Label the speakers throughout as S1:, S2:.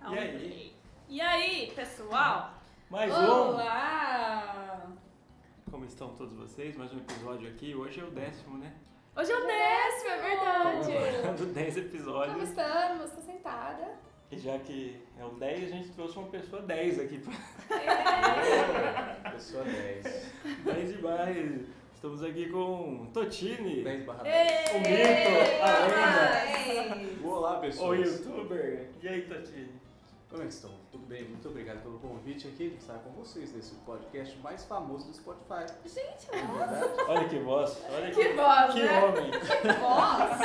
S1: aí?
S2: E aí, pessoal?
S1: Mais um!
S2: Olá!
S1: Como estão todos vocês? Mais um episódio aqui. Hoje é o décimo, né?
S2: Hoje é o décimo, é verdade!
S1: Comemorando 10
S3: Como
S1: episódios.
S3: estamos? Tô sentada.
S4: Né?
S1: E já que é o 10, a gente trouxe uma pessoa 10 aqui.
S4: Pessoa 10.
S1: 10 demais! Estamos aqui com Totini,
S4: 10 barra 10.
S2: Ei,
S1: O mito, a lenda.
S2: ei.
S4: Olá,
S1: o
S4: pessoas.
S1: youtuber. E aí, Totini?
S4: Como é que estão? Tudo bem? Muito obrigado pelo convite aqui de estar com vocês nesse podcast mais famoso do Spotify.
S2: Gente,
S4: Não é verdade?
S1: Olha que voz, olha que,
S2: que voz,
S1: que
S2: né?
S1: homem.
S2: Que voz!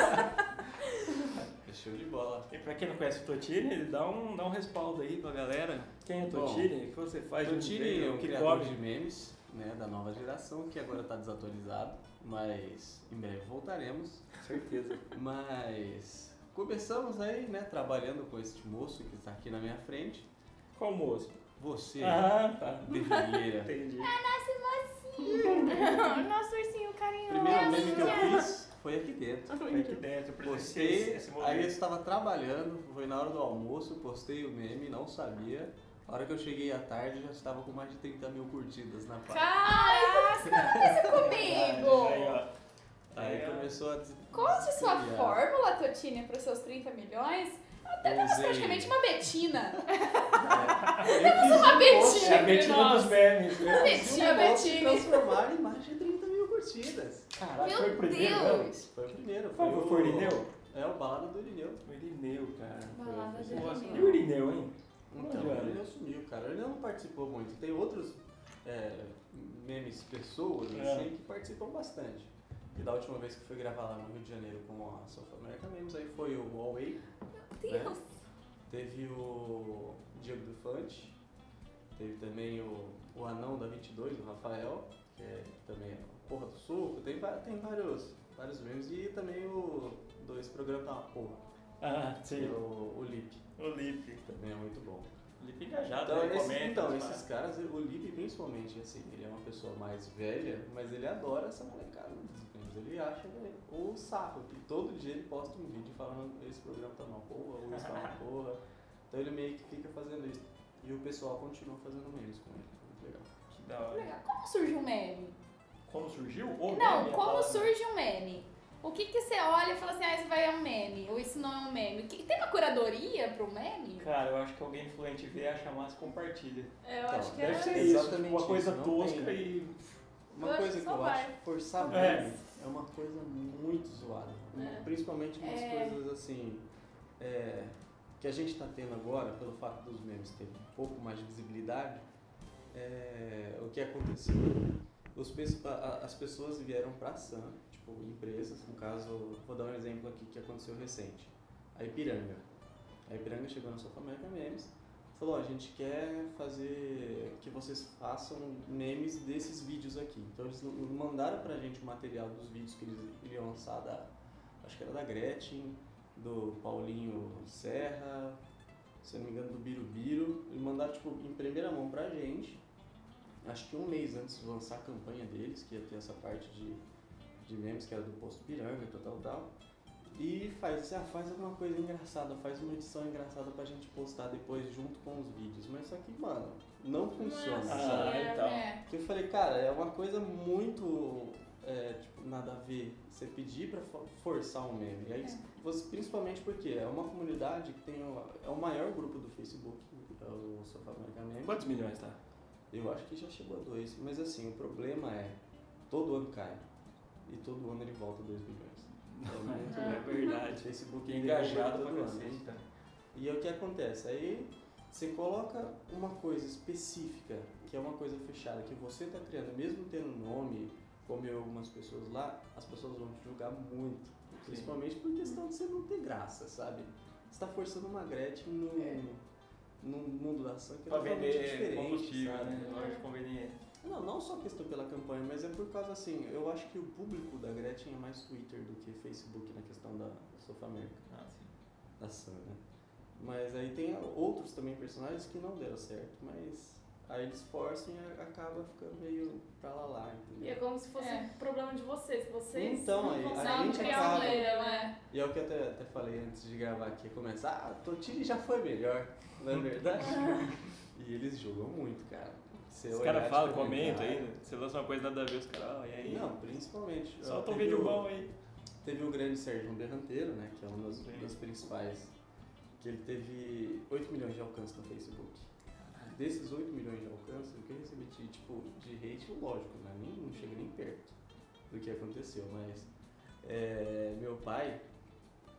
S4: É show de bola.
S1: E pra quem não conhece o Totini, dá um, dá um respaldo aí pra galera. Quem é o
S4: Bom,
S1: Totini? O que você faz? de onde
S4: Totini
S1: veio?
S4: é
S1: O
S4: um
S1: que
S4: criador
S1: come?
S4: de memes né, da nova geração, que agora está desatualizado, mas em breve voltaremos.
S1: Certeza.
S4: Mas começamos aí, né, trabalhando com este moço que está aqui na minha frente.
S1: Qual moço?
S4: Você,
S1: Ah, tá.
S4: deveria
S1: Entendi.
S2: Nosso ursinho
S4: O
S2: carinhoso.
S4: primeiro meme que eu fiz foi aqui dentro.
S1: Foi aqui dentro, presenciei
S4: Postei,
S1: esse
S4: aí eu
S1: momento.
S4: estava trabalhando, foi na hora do almoço, postei o meme, não sabia. A hora que eu cheguei à tarde já estava com mais de 30 mil curtidas na página.
S2: Caraca!
S1: Aí,
S3: Comigo!
S1: ó.
S4: Aí
S1: ó.
S4: começou a. des-
S3: Conte sua
S4: desviar.
S3: fórmula, Totini, para os seus 30 milhões. Até
S4: Eu
S3: temos
S1: é.
S4: usei- é,
S3: praticamente uma betina.
S4: Eu fiz
S3: Uma
S4: um post,
S1: É a
S3: betina!
S1: Betina dos memes. né?
S4: fiz um
S3: Betina,
S4: post que
S3: Betina.
S4: transformaram em mais de 30 mil curtidas.
S1: Caraca,
S3: Meu
S1: foi o primeiro.
S3: Deus!
S1: né?
S4: Foi o primeiro.
S1: Foi o foi o Irineu?
S4: É, o Balada do Irineu.
S1: O Irineu, cara.
S3: Balada
S4: Foi-
S3: do
S1: Nossa,
S3: Irineu.
S1: E o Irineu, hein?
S4: Então,
S1: Olha.
S4: o Irineu sumiu, cara. O Irineu não participou muito. Tem outros é, memes, pessoas,
S1: É.
S4: assim, que participam bastante. E da última vez que fui gravar lá no Rio de Janeiro com a South America Memes, aí foi o Huawei,
S3: Deus.
S4: né? Teve o Diego Dufante, teve também o, o Anão da 22, o Rafael, que é também a Porra do Sul. Tem, va- tem vários, vários memes. E também o dois programas da Porra,
S1: Ah,
S4: que é
S1: sim.
S4: o, o Lip,
S1: O Lipe.
S4: também é muito bom.
S1: Lipe engajado,
S4: Então,
S1: né?
S4: esse-
S1: Comenta,
S4: então,
S1: fala.
S4: esses caras, o Lipe principalmente, assim, ele é uma pessoa mais velha, mas ele adora essa molecada dos games. Ele acha né, o saco, que todo dia ele posta um vídeo falando esse programa tá uma porra, ou isso tá uma porra. Então ele meio que fica fazendo isso. E o pessoal continua fazendo memes com ele. é Muito legal.
S1: Que da hora.
S3: Legal. Como surge um meme?
S1: Como surgiu? Ou
S3: Não,
S1: meme, a
S3: como
S1: palavra?
S3: surge um meme? O que, que você olha e fala assim, ah, isso vai é um meme, ou isso não é um meme? Que- Tem uma curadoria para um meme?
S1: Cara, eu acho que alguém influente vê, acha massa e compartilha.
S2: Eu
S4: Então,
S2: acho que
S1: Deve
S2: é.
S4: Cara,
S1: ser isso.
S4: exatamente
S1: tipo, Uma coisa
S4: isso, não
S1: tosca
S4: tem.
S1: e...
S4: Uma
S2: Eu acho
S4: coisa
S2: que
S4: que
S2: só
S4: eu
S2: vai.
S4: acho, forçar
S1: É.
S4: meme é uma coisa muito zoada.
S2: É.
S4: Principalmente umas
S3: É.
S4: coisas assim. é, que a gente está tendo agora, pelo fato dos memes terem um pouco mais de visibilidade, é, o que aconteceu? Os pes- a- a- as pessoas vieram para ação, tipo empresas, no caso, vou dar um exemplo aqui que aconteceu recente. A Ipiranga. A Ipiranga chegou na South America Memes falou, ó, a gente quer fazer que vocês façam memes desses vídeos aqui. Então eles mandaram pra gente o material dos vídeos que eles iriam lançar da, acho que era da Gretchen, do Paulinho Serra, se eu não me engano do Birubiru, e mandaram tipo em primeira mão pra gente. Acho que um mês antes de lançar a campanha deles, que ia ter essa parte de, de memes, que era do posto Piranga, tal, tal, tal. E faz, assim, ah, faz alguma coisa engraçada, faz uma edição engraçada pra gente postar depois junto com os vídeos. Mas só que, mano, não funciona.
S2: Nossa,
S4: sabe?
S1: Ah,
S2: é,
S1: então.
S2: né?
S4: Que eu falei, cara, é uma coisa muito, é, tipo, nada a ver. Você pedir pra fo- forçar um meme. E aí, você, principalmente porque é uma comunidade que tem o, é o maior grupo do Facebook, é o Sofá Mega Meme.
S1: Quantos milhões tá?
S4: Eu acho que já chegou a dois. Mas assim, o problema é, todo ano cai. E todo ano ele volta a 2 bilhões. É muito
S1: É
S4: legal. O
S1: verdade.
S4: Facebook
S1: Engajado
S4: derruba
S1: pra
S4: todo ano.
S1: cacete, tá?
S4: E é o que acontece? Aí você coloca uma coisa específica, que é uma coisa fechada, que você está criando, mesmo tendo nome, como eu e algumas pessoas lá, as pessoas vão te julgar muito. Principalmente por questão de você não ter graça, sabe? Você tá forçando uma Gretchen no,
S1: É.
S4: no mundo da ação que é
S1: Pra
S4: totalmente
S1: vender
S4: diferente.
S1: combustível,
S4: sabe?
S1: né? Na hora de conveniência.
S4: Não, não só questão pela campanha, mas é por causa assim, eu acho que o público da Gretchen é mais Twitter do que Facebook na questão da Sofamérica
S1: Ah, sim.
S4: da Sam, né? Mas aí tem outros também personagens que não deram certo, mas Aí eles forçam e acaba ficando meio pra lá lá,
S5: E é
S4: entendeu?
S5: como se fosse
S3: É.
S5: um problema de vocês. Vocês
S4: Então,
S5: não
S4: aí, a
S5: conseguem
S4: gente
S5: criar
S4: acaba-
S5: um leira, né?
S3: né?
S4: E é o que eu até, até falei antes de gravar aqui, começar, ah, Totini já foi melhor, não é verdade? e eles jogam muito, cara. Você
S1: Os
S4: olhar,
S1: caras falam,
S4: tipo,
S1: comentam
S4: ah,
S1: ainda. Você lança uma coisa nada a ver, os caras, ah, e aí?
S4: Não, principalmente.
S1: Solta
S4: Ó,
S1: um
S4: teve
S1: vídeo
S4: o-
S1: bom aí.
S4: Teve o grande Sérgio Berranteiro, né? Que é um dos,
S1: Sim.
S4: dos principais. Que ele teve 8 milhões de alcance no Facebook. Desses 8 milhões de alcance, o que eu recebi de, tipo, de hate, lógico, né? Nem, não chega nem perto do que aconteceu, mas é, meu pai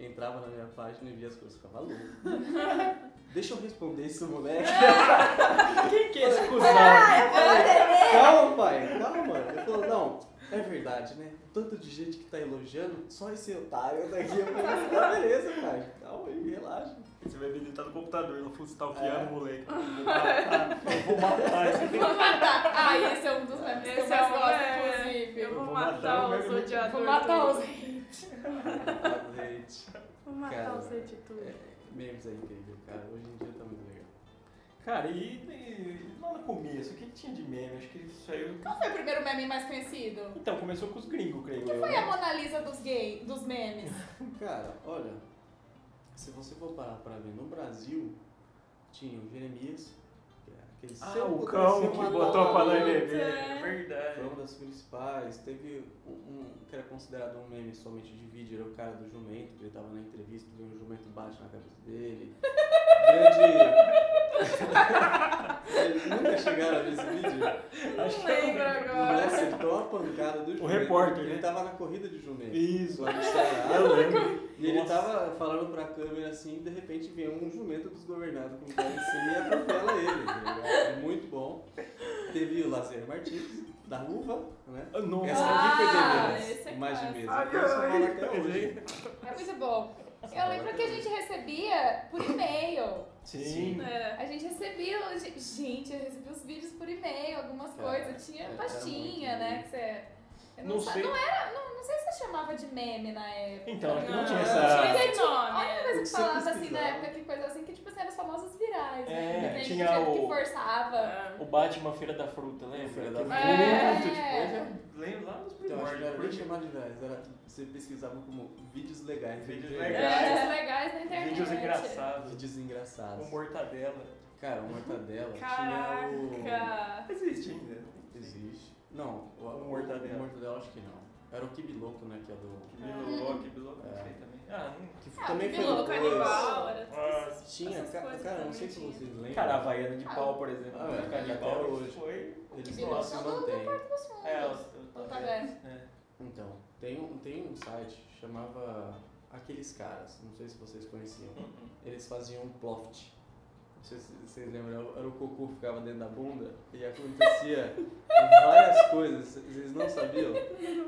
S4: entrava na minha página e via as coisas, ficava louco. Deixa eu responder isso, moleque.
S1: Quem que é esse cuzão?
S3: Ah, É.
S4: Calma, pai, calma. Ele falou, não, é verdade, né? Tanto de gente que tá elogiando, só esse otário daqui. Eu falei, ah, beleza, pai. Calma aí, relaxa.
S1: Você vai visitar no computador, não fosse stalkeando
S4: É.
S1: o moleque. Eu vou matar esse
S3: Vou matar. Ah, esse é um dos memes que eu
S5: Esse é
S3: mais
S5: um,
S3: gosto,
S5: é,
S3: inclusive.
S5: Eu vou,
S1: vou matar
S5: matar
S1: o
S5: os
S1: meu-
S5: odiadores.
S3: Vou matar os.
S4: Aproveite.
S5: Vou matar
S4: Cara,
S5: os editores.
S4: Ah, É, memes é incrível, cara. Hoje em dia tá muito legal.
S1: Cara, e, e lá no começo, o que que tinha de meme? Acho que isso saiu.
S3: Qual foi o primeiro meme mais conhecido?
S1: Então, começou com os gringos, creio eu.
S3: Foi a
S1: né?
S3: Mona Lisa dos gays, dos memes.
S4: Cara, olha, se você for parar pra ver, no Brasil tinha o Jeremias, que é aquele
S1: Ah,
S4: seu
S1: o
S4: potencial
S1: cão que botou pra nós
S4: maluco.
S1: beber.
S5: é.
S1: Verdade.
S4: Foi uma das principais. Teve um- um que era considerado um meme somente de vídeo, era o cara do jumento, que ele tava na entrevista, vê um jumento bate na cabeça dele. Grande. Vocês nunca chegaram a ver esse vídeo?
S1: Acho
S5: não
S1: que é eu
S5: lembro
S4: O
S5: agora.
S4: moleque acertou a pancada do jumento.
S1: repórter,
S4: Ele
S1: né?
S4: tava na corrida de jumento.
S1: Isso.
S4: Lá no Ceará.
S1: Eu lembro.
S4: E ele
S1: Nossa.
S4: tava falando pra câmera assim, e de repente vem um jumento desgovernado com o cara em cima e atropela ele. tá ligado? É muito bom. Teve o Lazer Martins, da luva, né?
S1: Ah, Nossa.
S4: Essa
S3: Ah,
S4: aqui foi
S3: esse é
S4: demais. Mais
S3: clássico.
S4: de né? mesmo.
S1: Ai,
S4: Eu só falo
S1: ai,
S4: até
S1: ai.
S4: hoje.
S3: É muito bom. Eu lembro que a gente recebia por e-mail.
S1: Sim.
S5: É.
S3: A gente recebia. os- Gente, eu recebia os vídeos por e-mail, algumas
S4: É,
S3: coisas. Tinha
S4: é,
S3: pastinha,
S4: era muito
S3: né?
S4: bom.
S3: Que você. Eu
S1: Não
S3: sa-
S1: sei.
S3: Não era. Não, não sei se você chamava de meme na época.
S1: Então, é que não
S5: Não.
S1: tinha
S3: Tinha
S1: essa.
S5: Tinha
S3: gente-
S5: esse nome,
S3: Olha
S5: é.
S3: a coisa
S4: O
S3: que
S4: que você
S3: falava assim na
S4: pesquisava.
S3: época, que coisa assim, que tipo, assim, eram os famosos virais,
S1: É,
S3: né? Depende
S1: tinha
S3: do jeito
S1: o-
S3: que forçava.
S1: O Batman Feira da Fruta, lembra?
S4: Feira da
S1: Que
S4: Fruta.
S1: é muito,
S3: É.
S1: tipo, eu já lembro lá nos
S4: Então, acho que não era nem
S1: primórdios.
S4: chamado de gás, era você pesquisava como vídeos legais. da
S1: Vídeos
S4: internet.
S1: legais.
S3: Vídeos legais na internet.
S1: É.
S3: Tá
S1: Vídeos engraçados.
S4: Vídeos
S1: O
S4: engraçados.
S1: Mortadela.
S4: Cara, o Mortadela tinha
S5: Caraca.
S1: Existe ainda.
S4: o... Existe. Não, o,
S1: O Mortadela.
S4: o Mortadela acho que não. Era o Kibi Louco, né? Que é do...
S3: Hum.
S1: Biloco, Biloco, não
S4: É.
S1: sei também. Ah, não.
S4: Que
S3: Ah, o
S4: também foi
S3: Kibi Louco,
S5: Pelo
S4: depois.
S5: canibal, era tudo
S1: Ah,
S5: isso.
S4: Tinha,
S5: Essas
S4: ca-
S5: coisas
S4: cara, não
S5: também
S4: sei se
S5: tinha.
S4: vocês lembram.
S1: Cara, a Havaiana de
S3: Ah.
S1: pau, por exemplo.
S4: Ah, é.
S1: Ficar de
S4: Até
S1: pau
S4: hoje.
S1: Foi.
S4: eles
S3: Que
S4: não se
S3: virou todo
S4: mantêm.
S3: Dos
S1: É,
S3: mundos.
S1: os- os-
S3: Puta merda.
S1: é.
S4: Então, tem um, tem um site que chamava Aqueles Caras, não sei se vocês conheciam.
S1: Uhum.
S4: Eles faziam um ploft. Não sei se vocês lembram, era o- era o cocô que ficava dentro da bunda e acontecia várias coisas, vocês não sabiam?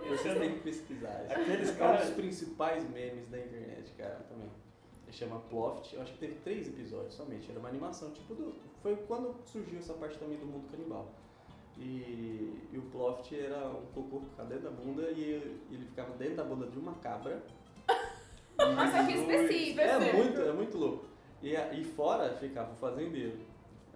S4: Vocês têm que pesquisar. isso.
S1: Aqueles
S4: É um
S1: caras.
S4: dos principais memes da internet, cara, também. Ele chama Ploft, eu acho que teve três episódios somente, era uma animação, tipo do. Foi quando surgiu essa parte também do mundo canibal. E, e o Ploft era um cocô que ficava dentro da bunda e ele ficava dentro da bunda de uma cabra.
S3: Nossa, que específico.
S4: É muito, é muito louco. E, a- e fora ficava o fazendeiro.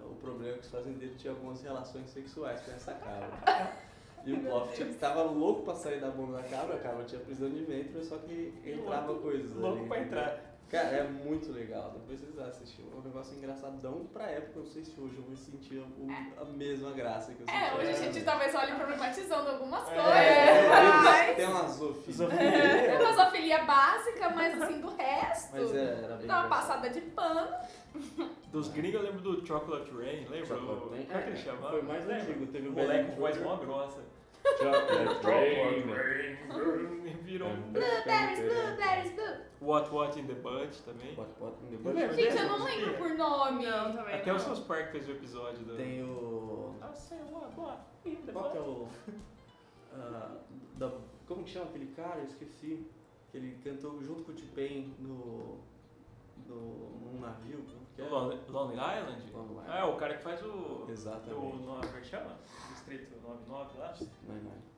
S4: O problema é que os fazendeiros tinham algumas relações sexuais com essa cabra. E o Ploft tava louco pra sair da bunda da cabra, a cabra tinha prisão de ventre, só que entrava coisas ali.
S1: é Louco pra entrar.
S4: Cara, é muito legal. Depois vocês assistem. É um negócio engraçadão pra época. Eu não sei se hoje eu vou sentir o- a mesma graça que eu senti.
S3: É, hoje a
S4: na
S3: gente
S4: época.
S3: talvez olhe problematizando algumas
S1: É.
S4: É,
S3: coisas.
S4: tem, tem uma zoofilia.
S1: Zoofilia.
S3: É uma zoofilia básica, mas assim, do resto.
S4: Mas é, era bem
S3: Dá uma
S4: engraçado.
S3: passada de pano.
S1: Dos gringos eu lembro do Chocolate Rain, lembra?
S4: Chocolate Rain,
S1: Como é que
S4: é,
S1: ele chamava?
S4: foi mais
S1: Lembra?
S4: antigo, teve
S1: o
S4: o
S1: moleque com
S4: Benny
S1: voz
S4: Jr.
S1: mó grossa.
S6: Chocolate
S1: né?
S6: rain.
S1: Rain. E Virou um
S3: Blueberries, blueberries, blueberries.
S1: What What in the Bunch também.
S4: Bota, bota,
S1: Lembra?
S4: depois.
S3: Gente, eu não lembro por nome.
S5: Não, também
S1: Até
S5: não.
S1: o South Park fez o episódio do...
S4: Tem o.
S1: I'll say what what in the
S4: Qual que é
S1: bunch.
S4: o. ah, da, como que chama aquele cara? Eu esqueci. Que ele cantou junto com o T-Pain no. no. num navio. como que é?
S1: Lon- Lonely Island?
S4: Lonely Island.
S1: Ah, é o cara que faz o... Do,
S4: Exatamente. É,
S1: no, como é que chama? Distrito 99 lá.
S4: Não, não.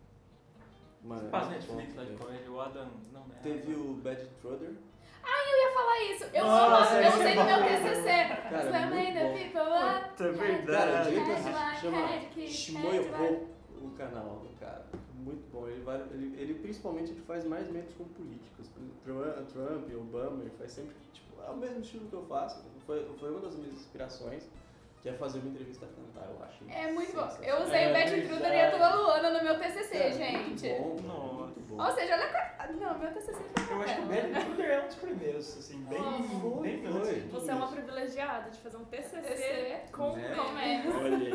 S4: Mano,
S1: Passa
S4: é
S1: na
S4: muito bom,
S1: Netflix né? lá de
S4: cara.
S1: comédia, o Adam... Não, não é
S4: Teve
S1: Adam.
S4: o Bad Trudder.
S3: Ai, eu ia falar isso. Eu
S1: Nossa,
S3: amo, eu
S1: isso é
S3: usei no meu
S1: bom.
S3: TCC.
S4: Cara, é
S3: Slam
S4: muito
S3: the
S4: bom.
S3: people up.
S1: Puta, é
S4: Cara,
S1: verdade.
S4: o direito
S3: Head
S4: assiste-
S3: back, head
S4: chama
S3: kick,
S4: Shimoyo
S3: head back.
S4: Ho, o canal do cara. Muito bom. Ele, vai, ele, ele, principalmente ele faz mais memes com políticos. Trump, Trump, Obama, ele faz sempre tipo, é o mesmo estilo que eu faço. Foi, foi uma das minhas inspirações, que é fazer uma entrevista a cantar, eu acho.
S3: É muito bom. Eu
S4: sensacional.
S3: usei
S1: É
S3: o Bad Intruder e a Tula Luana no meu TCC,
S4: Cara,
S3: gente.
S4: Muito bom,
S1: Nossa.
S4: muito bom.
S3: Ou seja, olha a... ca- Não, é meu TCC foi
S1: Eu acho que o
S3: papel.
S1: Bad Intruder é um dos primeiros, assim, bem,
S5: Foi,
S1: bem
S4: Ah, foi.
S1: antes de tudo
S5: Você é uma
S1: isso.
S5: privilegiada de fazer um TCC
S3: TCC
S5: com
S4: Né?
S3: Com
S5: meme.
S3: memes.
S1: Olha aí.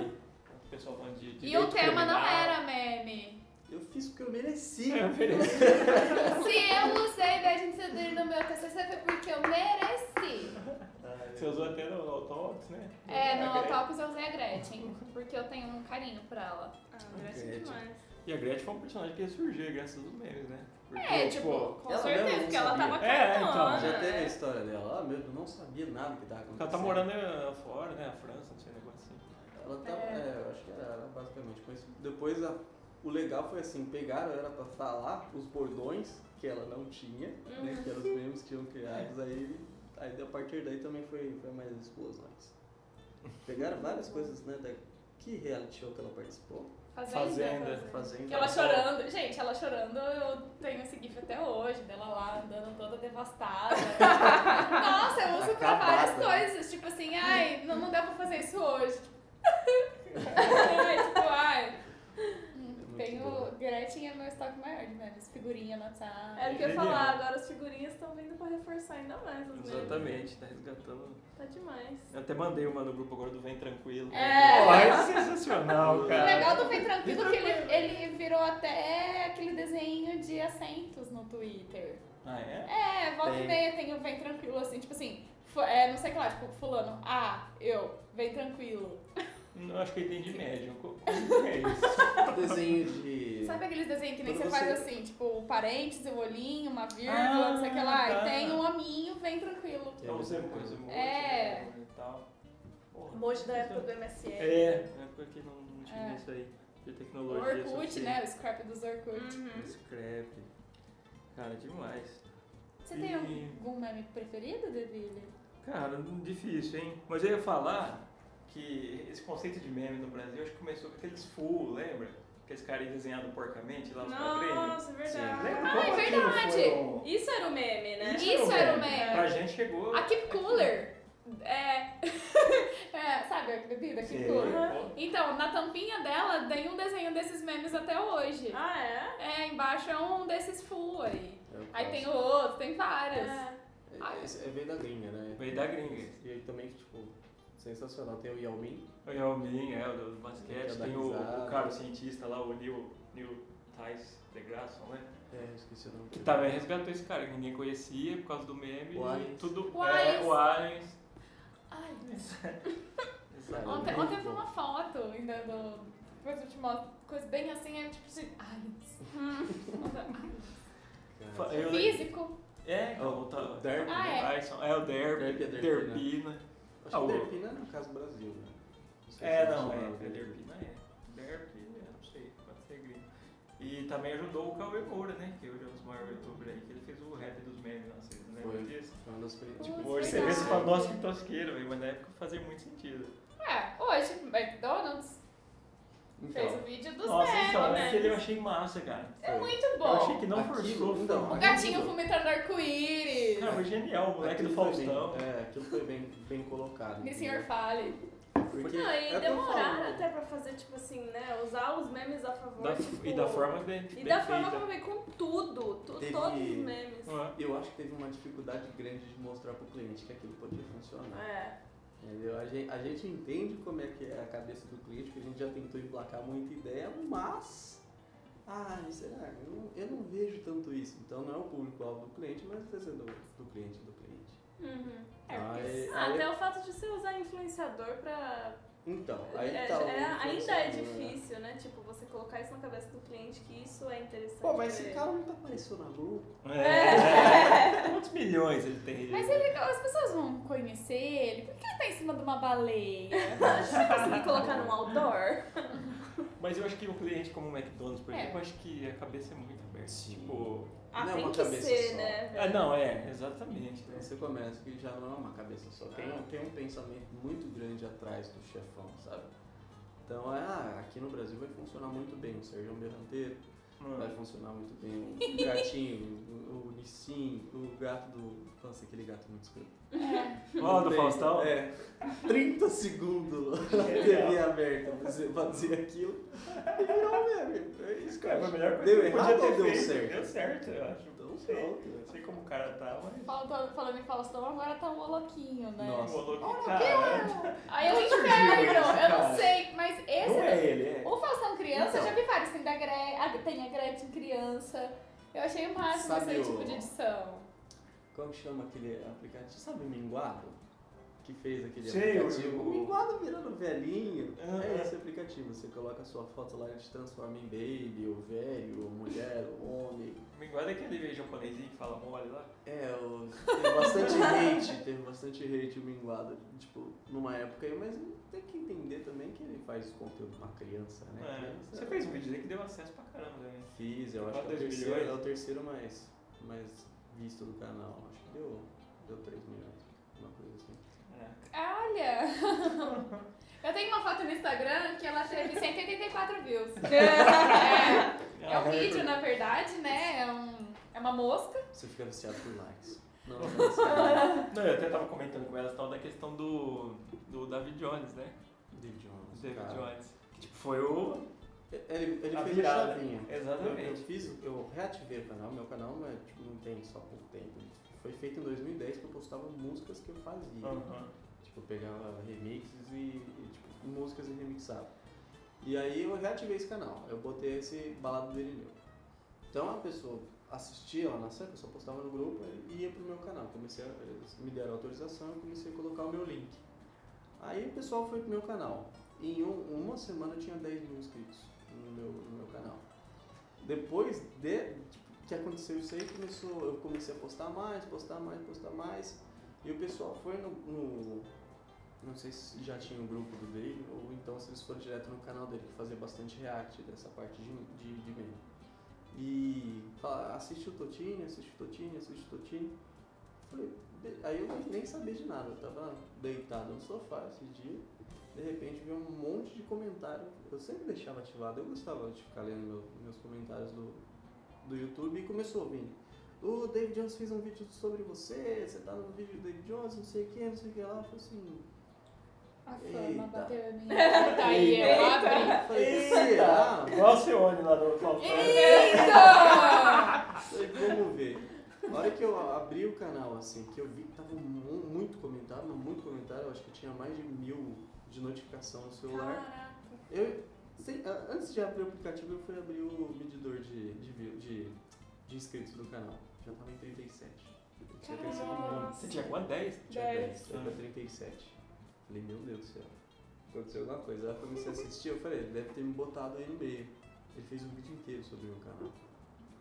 S1: O pessoal falando de
S3: é? E o
S1: direito
S3: tema não
S1: criminal.
S3: era meme.
S4: Eu fiz porque eu mereci.
S1: É, mereci.
S3: Se eu usei Bad Intruder no meu TCC foi porque eu mereci.
S4: Ai,
S1: Você usou até no Autox, né?
S3: É, no
S1: A Gretchen.
S3: Autopus eu usei a Gretchen, porque eu tenho um carinho por ela.
S5: Ah, merece demais.
S1: E a Gretchen foi um personagem que ia surgir graças aos memes, né? Porque,
S3: É, tipo,
S5: Com
S4: Ela
S5: certeza,
S4: mesma não
S5: porque ela
S4: sabia.
S5: tava
S1: É, então,
S5: cantando,
S4: Já
S5: né?
S4: teve a história dela. Ela mesmo não sabia nada que estava acontecendo.
S1: Ela tá morando eh, fora, né? A França, não sei, um negócio assim.
S4: Ela tá,
S5: É.
S4: é. eu acho que era, ela, basicamente. Mas depois a- o legal foi assim, pegaram ela pra falar os bordões que ela não tinha, né?
S5: Uhum.
S4: Que eram os mesmos que tinham criados, aí, aí a partir daí também foi, foi mais explosões. Pegaram várias coisas, né? Da, que reality show que ela participou? assim,
S1: Fazenda.
S3: É.
S4: Fazenda.
S5: Que ela chorando, gente, ela chorando, eu tenho esse gif até hoje, dela lá andando toda devastada.
S3: Nossa, eu uso pra
S4: Acabada. né?
S3: várias coisas. Tipo assim, ai, não, não dá pra fazer isso hoje.
S5: ai, tipo, ai.
S4: é muito
S3: Tenho.
S4: boa.
S3: Gretchen é meu estoque maior de memes. Figurinha no WhatsApp.
S2: É.
S5: Era É o que eu ia
S1: Genial.
S5: falar, agora as figurinhas estão vindo pra reforçar ainda mais os memes.
S1: Exatamente, tá resgatando.
S5: Tá demais.
S1: Eu até mandei uma no grupo agora do Vem Tranquilo.
S3: É.
S1: Pô, é sensacional,
S3: O
S1: cara.
S3: legal do Vem Tranquilo é que ele, ele virou até aquele desenho de assentos no Twitter.
S1: Ah, é?
S3: É, volta e
S4: Tem.
S3: meia tem o Vem Tranquilo, assim, tipo assim, fu- é, não sei o que lá, tipo, fulano, ah, eu, Vem Tranquilo.
S1: Não, acho que eu entendi médium. Co- Como que é isso?
S4: Desenho de.
S3: Sabe aqueles desenhos que nem
S4: Quando
S3: você faz
S4: você-
S3: assim, tipo, o parênteses, o olhinho, uma vírgula,
S1: Ah,
S3: não sei o que lá,
S1: tá.
S3: e tem um hominho, Vem Tranquilo.
S4: Que
S1: Então você
S4: desenho
S1: coisa
S4: de-
S1: muito.
S3: É.
S1: né, E tal. Porra,
S5: Emoji da época do MSN.
S1: É, na época que não, não tinha
S3: É.
S1: isso aí. De
S3: O
S1: tecnologia. só
S3: Orkut,
S1: tinha
S3: né? O scrap dos Orkut.
S5: Uhum.
S1: Scrap. Cara, demais.
S3: Você tem
S1: E-
S3: algum meme preferido, Deville?
S1: Cara, difícil, hein? Mas eu ia falar que esse conceito de meme no Brasil acho que começou com aqueles full, lembra? Aqueles caras desenhados porcamente lá os quadrinhos.
S5: Nossa, é verdade.
S1: Lembra
S3: Ah,
S1: como
S3: é
S1: aquilo
S3: verdade!
S1: foi um-
S5: Isso era o meme, né?
S3: Isso era o meme.
S1: Pra gente chegou.
S3: A Keep Cooler.
S5: É,
S3: É, sabe a bebida Keep
S1: Sim.
S3: Cooler?
S1: Pô,
S3: Então, na tampinha dela tem um desenho desses memes até hoje.
S5: ah, é?
S3: É, embaixo é um desses full aí.
S4: Eu
S3: Aí tem o
S4: faço.
S3: outro, tem várias.
S4: É, esse é veio da gringa, né?
S1: Veio da gringa.
S4: E aí também, tipo, sensacional. Tem o Yao Ming.
S1: O Yao Ming, é, o do basquete.
S4: Quer dar
S1: Tem o, o
S4: risada.
S1: cara o cientista lá, o Neil, Neil Tice deGrasse, né?
S4: É, esqueci o nome.
S1: Que também resgatou esse cara que ninguém conhecia por causa do meme.
S4: O
S1: e
S4: Aliens.
S1: Tudo,
S3: O
S1: é,
S3: Aliens.
S1: o Aliens.
S3: Ai,
S1: Exato.
S3: ontem,
S4: muito
S3: ontem eu vi
S4: bom.
S3: uma foto ainda do. Depois eu te mostro. Coisa bem assim, é tipo assim. Ai,
S1: Fa-
S4: Cara,
S1: eu-
S3: físico.
S1: É,
S4: Ah,
S1: então,
S4: o
S1: tá-
S4: Derby.
S3: Ah, é.
S1: Tyson, é o Derby,
S4: Derby é
S1: Derpina.
S4: Derpina.
S1: Ah,
S4: Acho
S1: o-
S4: que Derpina é no caso do Brasil, né? Não sei
S1: É,
S4: se né?
S1: não, é,
S4: chama
S1: é
S4: Derpina.
S1: Derpina, é. Derpina, não sei, pode ser gringo. E também ajudou o Cauê Moura, né? Que hoje é um dos maiores youtubers aí, que ele fez o rap dos memes, não sei, não lembra
S4: Foi.
S1: disso?
S4: Foi uma das primeiras.
S3: Putz,
S4: Tipo,
S1: Hoje você
S3: verdade.
S1: vê se fala, nossa, que tosqueiro, velho", mas na época fazia muito sentido.
S3: É, hoje, McDonald's fez o
S4: então,
S3: vídeo dos
S1: nossa,
S3: memes.
S1: então,
S5: né?
S1: aquele eu achei massa, cara.
S3: É
S4: foi.
S3: muito
S1: Eu achei
S3: bom.
S1: que não
S4: Aquilo,
S1: forçou, foi
S4: então,
S1: massa.
S3: O gatinho vomitando arco-íris.
S1: Cara, foi genial, o moleque do
S4: Aquilo foi bem-
S1: Faustão.
S4: É, aquilo foi bem, bem colocado.
S3: Me
S4: entendeu?
S3: senhor fale.
S4: Porque
S5: Não,
S4: é
S5: e
S4: o que eu
S5: demoraram
S4: falo.
S5: até pra fazer, tipo assim, né? Usar os memes a favor.
S1: Da-
S5: tipo,
S1: e da forma bem,
S5: E
S1: bem
S5: da forma
S1: feita.
S5: como veio com tudo. tu-
S4: Teve-
S5: Todos os memes.
S1: Ah,
S4: Eu acho que teve uma dificuldade grande de mostrar pro cliente que aquilo podia funcionar.
S5: É.
S4: Entendeu? A gente, a gente entende como é que é a cabeça do cliente, porque a gente já tentou emplacar muita ideia, mas. Ah, será? Eu não, eu não vejo tanto isso. Então não é o público-alvo do cliente, mas está sendo do cliente do cliente.
S5: Uhum.
S4: Aí-
S5: Ah,
S4: aí-
S5: até o fato de você usar influenciador pra.
S4: Então, aí
S5: é,
S4: tá o
S5: é- ainda é
S4: influenciador, né?
S5: difícil, né? Tipo, você colocar isso na cabeça do cliente que isso é interessante.
S4: Pô, mas
S5: pra
S4: esse
S5: ele.
S4: cara tá nunca apareceu na Globo.
S1: É. Quantos milhões ele tem?
S3: Mas é legal, as pessoas vão conhecer ele. Por que ele tá em cima de uma baleia?
S5: Você vai conseguir colocar num outdoor?
S1: Mas eu acho que um cliente como o McDonald's, por
S3: É.
S1: exemplo, eu acho que a cabeça é muito aberta.
S4: Sim.
S1: Tipo.
S5: Ah,
S4: Não é
S5: tem
S4: uma
S5: que
S4: cabeça
S5: ser,
S4: só.
S5: né?
S1: Ah,
S5: velho?
S1: não, é, exatamente. né?
S4: Você começa que já não é uma cabeça só. Tem, um- tem um pensamento muito grande atrás do chefão, sabe? Então, é, ah, aqui no Brasil vai funcionar muito bem o Sérgio Berranteiro, vai
S1: Mano,
S4: funcionar muito bem o Gatinho, o, o Nissin, o gato do... Nossa, aquele gato muito escuro.
S1: Ó, do
S4: Tem-
S1: Faustão?
S4: É. 30 segundos na TV aberta pra você fazer aquilo e virou um meme. É isso,
S1: Cara,
S4: cara.
S1: foi a melhor coisa
S4: Deu
S1: que
S4: errado
S1: podia
S4: ou
S1: ter
S4: deu
S1: feito.
S4: certo?
S1: Deu certo, eu acho.
S4: Então,
S1: não sei. Não
S4: pronto.
S1: sei como o cara tá, mas.
S5: Falando, falando em Faustão, agora tá o Oloquinho, né?
S4: Nossa.
S1: Rolou que tá, cara.
S5: Aí eu
S1: Surgiu
S5: inferno,
S1: esse
S5: eu
S1: cara.
S5: não sei, mas esse...
S1: Não é ele, é.
S5: O Faustão Criança,
S4: Então.
S5: eu já vi vários, tem, da Gre... ah, tem a Gretchen Criança. Eu achei o máximo
S4: Sabe
S5: esse
S4: o-
S5: tipo de edição.
S4: Como que chama aquele aplicativo? Você sabe o Minguado? Que fez aquele
S1: Sei,
S4: aplicativo?
S1: o-
S4: O Minguado virando velhinho.
S1: Ah,
S4: é
S1: é.
S4: esse aplicativo. Você coloca a sua foto lá e te transforma em baby, ou velho, ou mulher, ou homem.
S1: Me guarda aquele japonesinho que fala mole lá.
S4: É, o- teve bastante hate, teve bastante hate o Minguado, tipo, numa época aí, mas tem que entender também que ele faz conteúdo pra criança, né?
S1: É.
S4: Criança-
S1: Você fez um vídeo aí que deu acesso pra caramba né? também.
S4: Fiz, eu acho que é o
S1: Quase dois
S4: terceiro,
S1: milhões.
S4: é o terceiro mais, mais visto do canal. Acho que deu, deu 3 milhões, uma coisa assim.
S1: Caraca.
S5: Olha! Eu tenho uma foto no Instagram que ela teve 184 views. É, é um vídeo, na verdade, né? É, um- é uma mosca.
S4: Você fica viciado por likes. Não, não,
S1: Não, eu até tava comentando com elas tal da questão do, do David Jones, né?
S4: David Jones.
S1: David
S4: cara.
S1: Jones. Que tipo, foi o.
S4: Ele, ele
S1: A
S4: fez a
S1: virada.
S4: chavinha. Eu, eu
S1: Exatamente.
S4: fiz, eu reativei o canal, meu canal não, é, tipo, não tem só pouco tempo. Foi feito em 2010 que eu postava músicas que eu fazia.
S1: Aham.
S4: Tipo, eu pegava remixes e, e, tipo, músicas e remixava. E aí eu reativei esse canal, eu botei esse balado dele meu. Então a pessoa assistia lá na cerca, eu só postava no grupo e ia pro meu canal. Comecei a, eles me deram autorização e comecei a colocar o meu link. Aí o pessoal foi pro meu canal. E em um- uma semana eu tinha 10 mil inscritos no meu, no meu canal. Depois de, tipo, que aconteceu isso aí, começou, eu comecei a postar mais, postar mais, postar mais. E o pessoal foi no, no- Não sei se já tinha o grupo do dele, ou então se eles foram direto no canal dele, que fazia bastante react dessa parte de, de, de meme. E fala, assiste o Totini, assiste o Totini, assiste o Totini. Falei, "Be-" aí eu nem sabia de nada, eu tava deitado no sofá esse dia, de repente vi um monte de comentário. Eu sempre deixava ativado, eu gostava de ficar lendo meu- meus comentários do, do YouTube e começou a vir. O David Jones fez um vídeo sobre você, você tá no vídeo do David Jones, não sei o que, não sei o que lá. Eu falei assim.
S3: A fama
S4: Eita.
S3: bateu em mim.
S5: Tá
S3: Daí eu
S4: Eita.
S3: abri.
S4: Eu falei, é será?
S1: Igual o Cione lá do Faustão.
S4: Eu falei, vamos ver. A hora que eu abri o canal, assim, que eu vi que tava mu- muito comentário, mas muito comentário, eu acho que tinha mais de mil de notificação no celular. Eu, sem- a- antes de abrir o aplicativo, eu fui abrir o medidor de, de, view- de, de inscritos do canal. Já tava em 37. Eu tinha crescido muito.
S1: Você tinha quanto? 10?
S4: Tinha
S5: Dez.
S4: 10, eu tinha 37. Falei, meu Deus do céu. Aconteceu alguma coisa. Aí eu comecei a assistir, eu falei, ele deve ter me botado aí no meio. Ele fez um vídeo inteiro sobre o meu canal.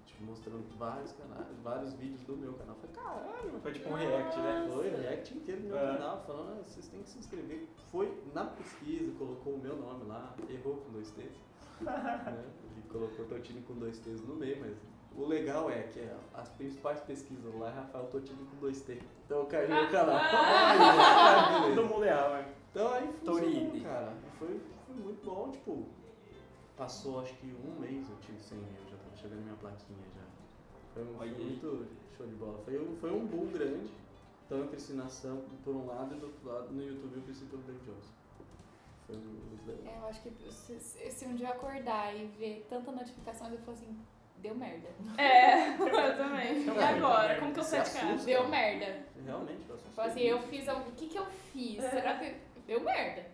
S4: Tipo, mostrando vários canais, vários vídeos do meu canal. Eu falei, caralho,
S1: Foi tipo um react, né?
S4: foi o react inteiro do meu
S1: É.
S4: canal, falando, "Ah, vocês têm que se inscrever. Foi na pesquisa, colocou o meu nome lá, errou com dois T's. né? Ele colocou Totini com dois T's no meio, mas o legal é que as principais pesquisas lá é Rafael Totini com dois T. Então caiu no canal. Ah, beleza.
S1: Todo mundo é aula.
S4: Então aí
S1: Torine.
S4: funcionou, cara. Foi, foi muito bom, tipo, passou acho que um mês eu tive 100 mil, já tava chegando minha plaquinha já. Foi, um- foi
S1: Olha aí.
S4: muito show de bola. Foi, um- foi um boom grande. Então eu cresci na Sam por um lado e do outro lado no YouTube eu cresci pelo David Jones. Foi um- os dois.
S3: É, eu acho que se, se se um dia eu acordar e ver tanta notificação, eu falo assim, deu merda.
S5: É, eu também.
S4: Então
S1: Não,
S5: E agora?
S1: também.
S5: Como que eu
S4: Se
S5: saio de casa?
S4: assusta.
S3: Deu merda.
S4: Realmente, eu é assustei.
S3: É. Fala assim, eu fiz algo. O que que eu fiz? Será que. Deu merda.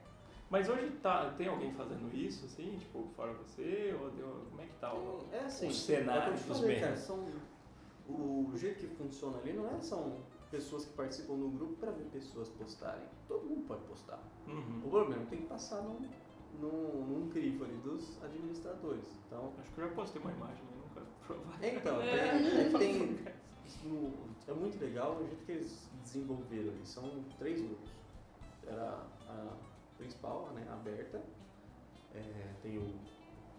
S1: Mas hoje tá, tem alguém fazendo isso, assim, tipo, fora você? Ou deu- como é que tá? o-
S3: um
S4: É assim,
S1: O cenário
S4: é como eu te
S1: dos
S4: falei, cara,
S1: memes.
S4: são- o jeito que funciona ali não é são pessoas que participam do grupo para ver pessoas postarem. Todo mundo pode postar. O
S1: Uhum.
S4: problema tem que passar num, num, num crivo ali dos administradores. Então,
S1: Acho que eu já postei uma imagem, mas nunca provar.
S4: então
S1: É.
S4: tem, tem- no- é muito legal o jeito que eles desenvolveram ali. São três grupos. Era a principal, né, a aberta. É, tem o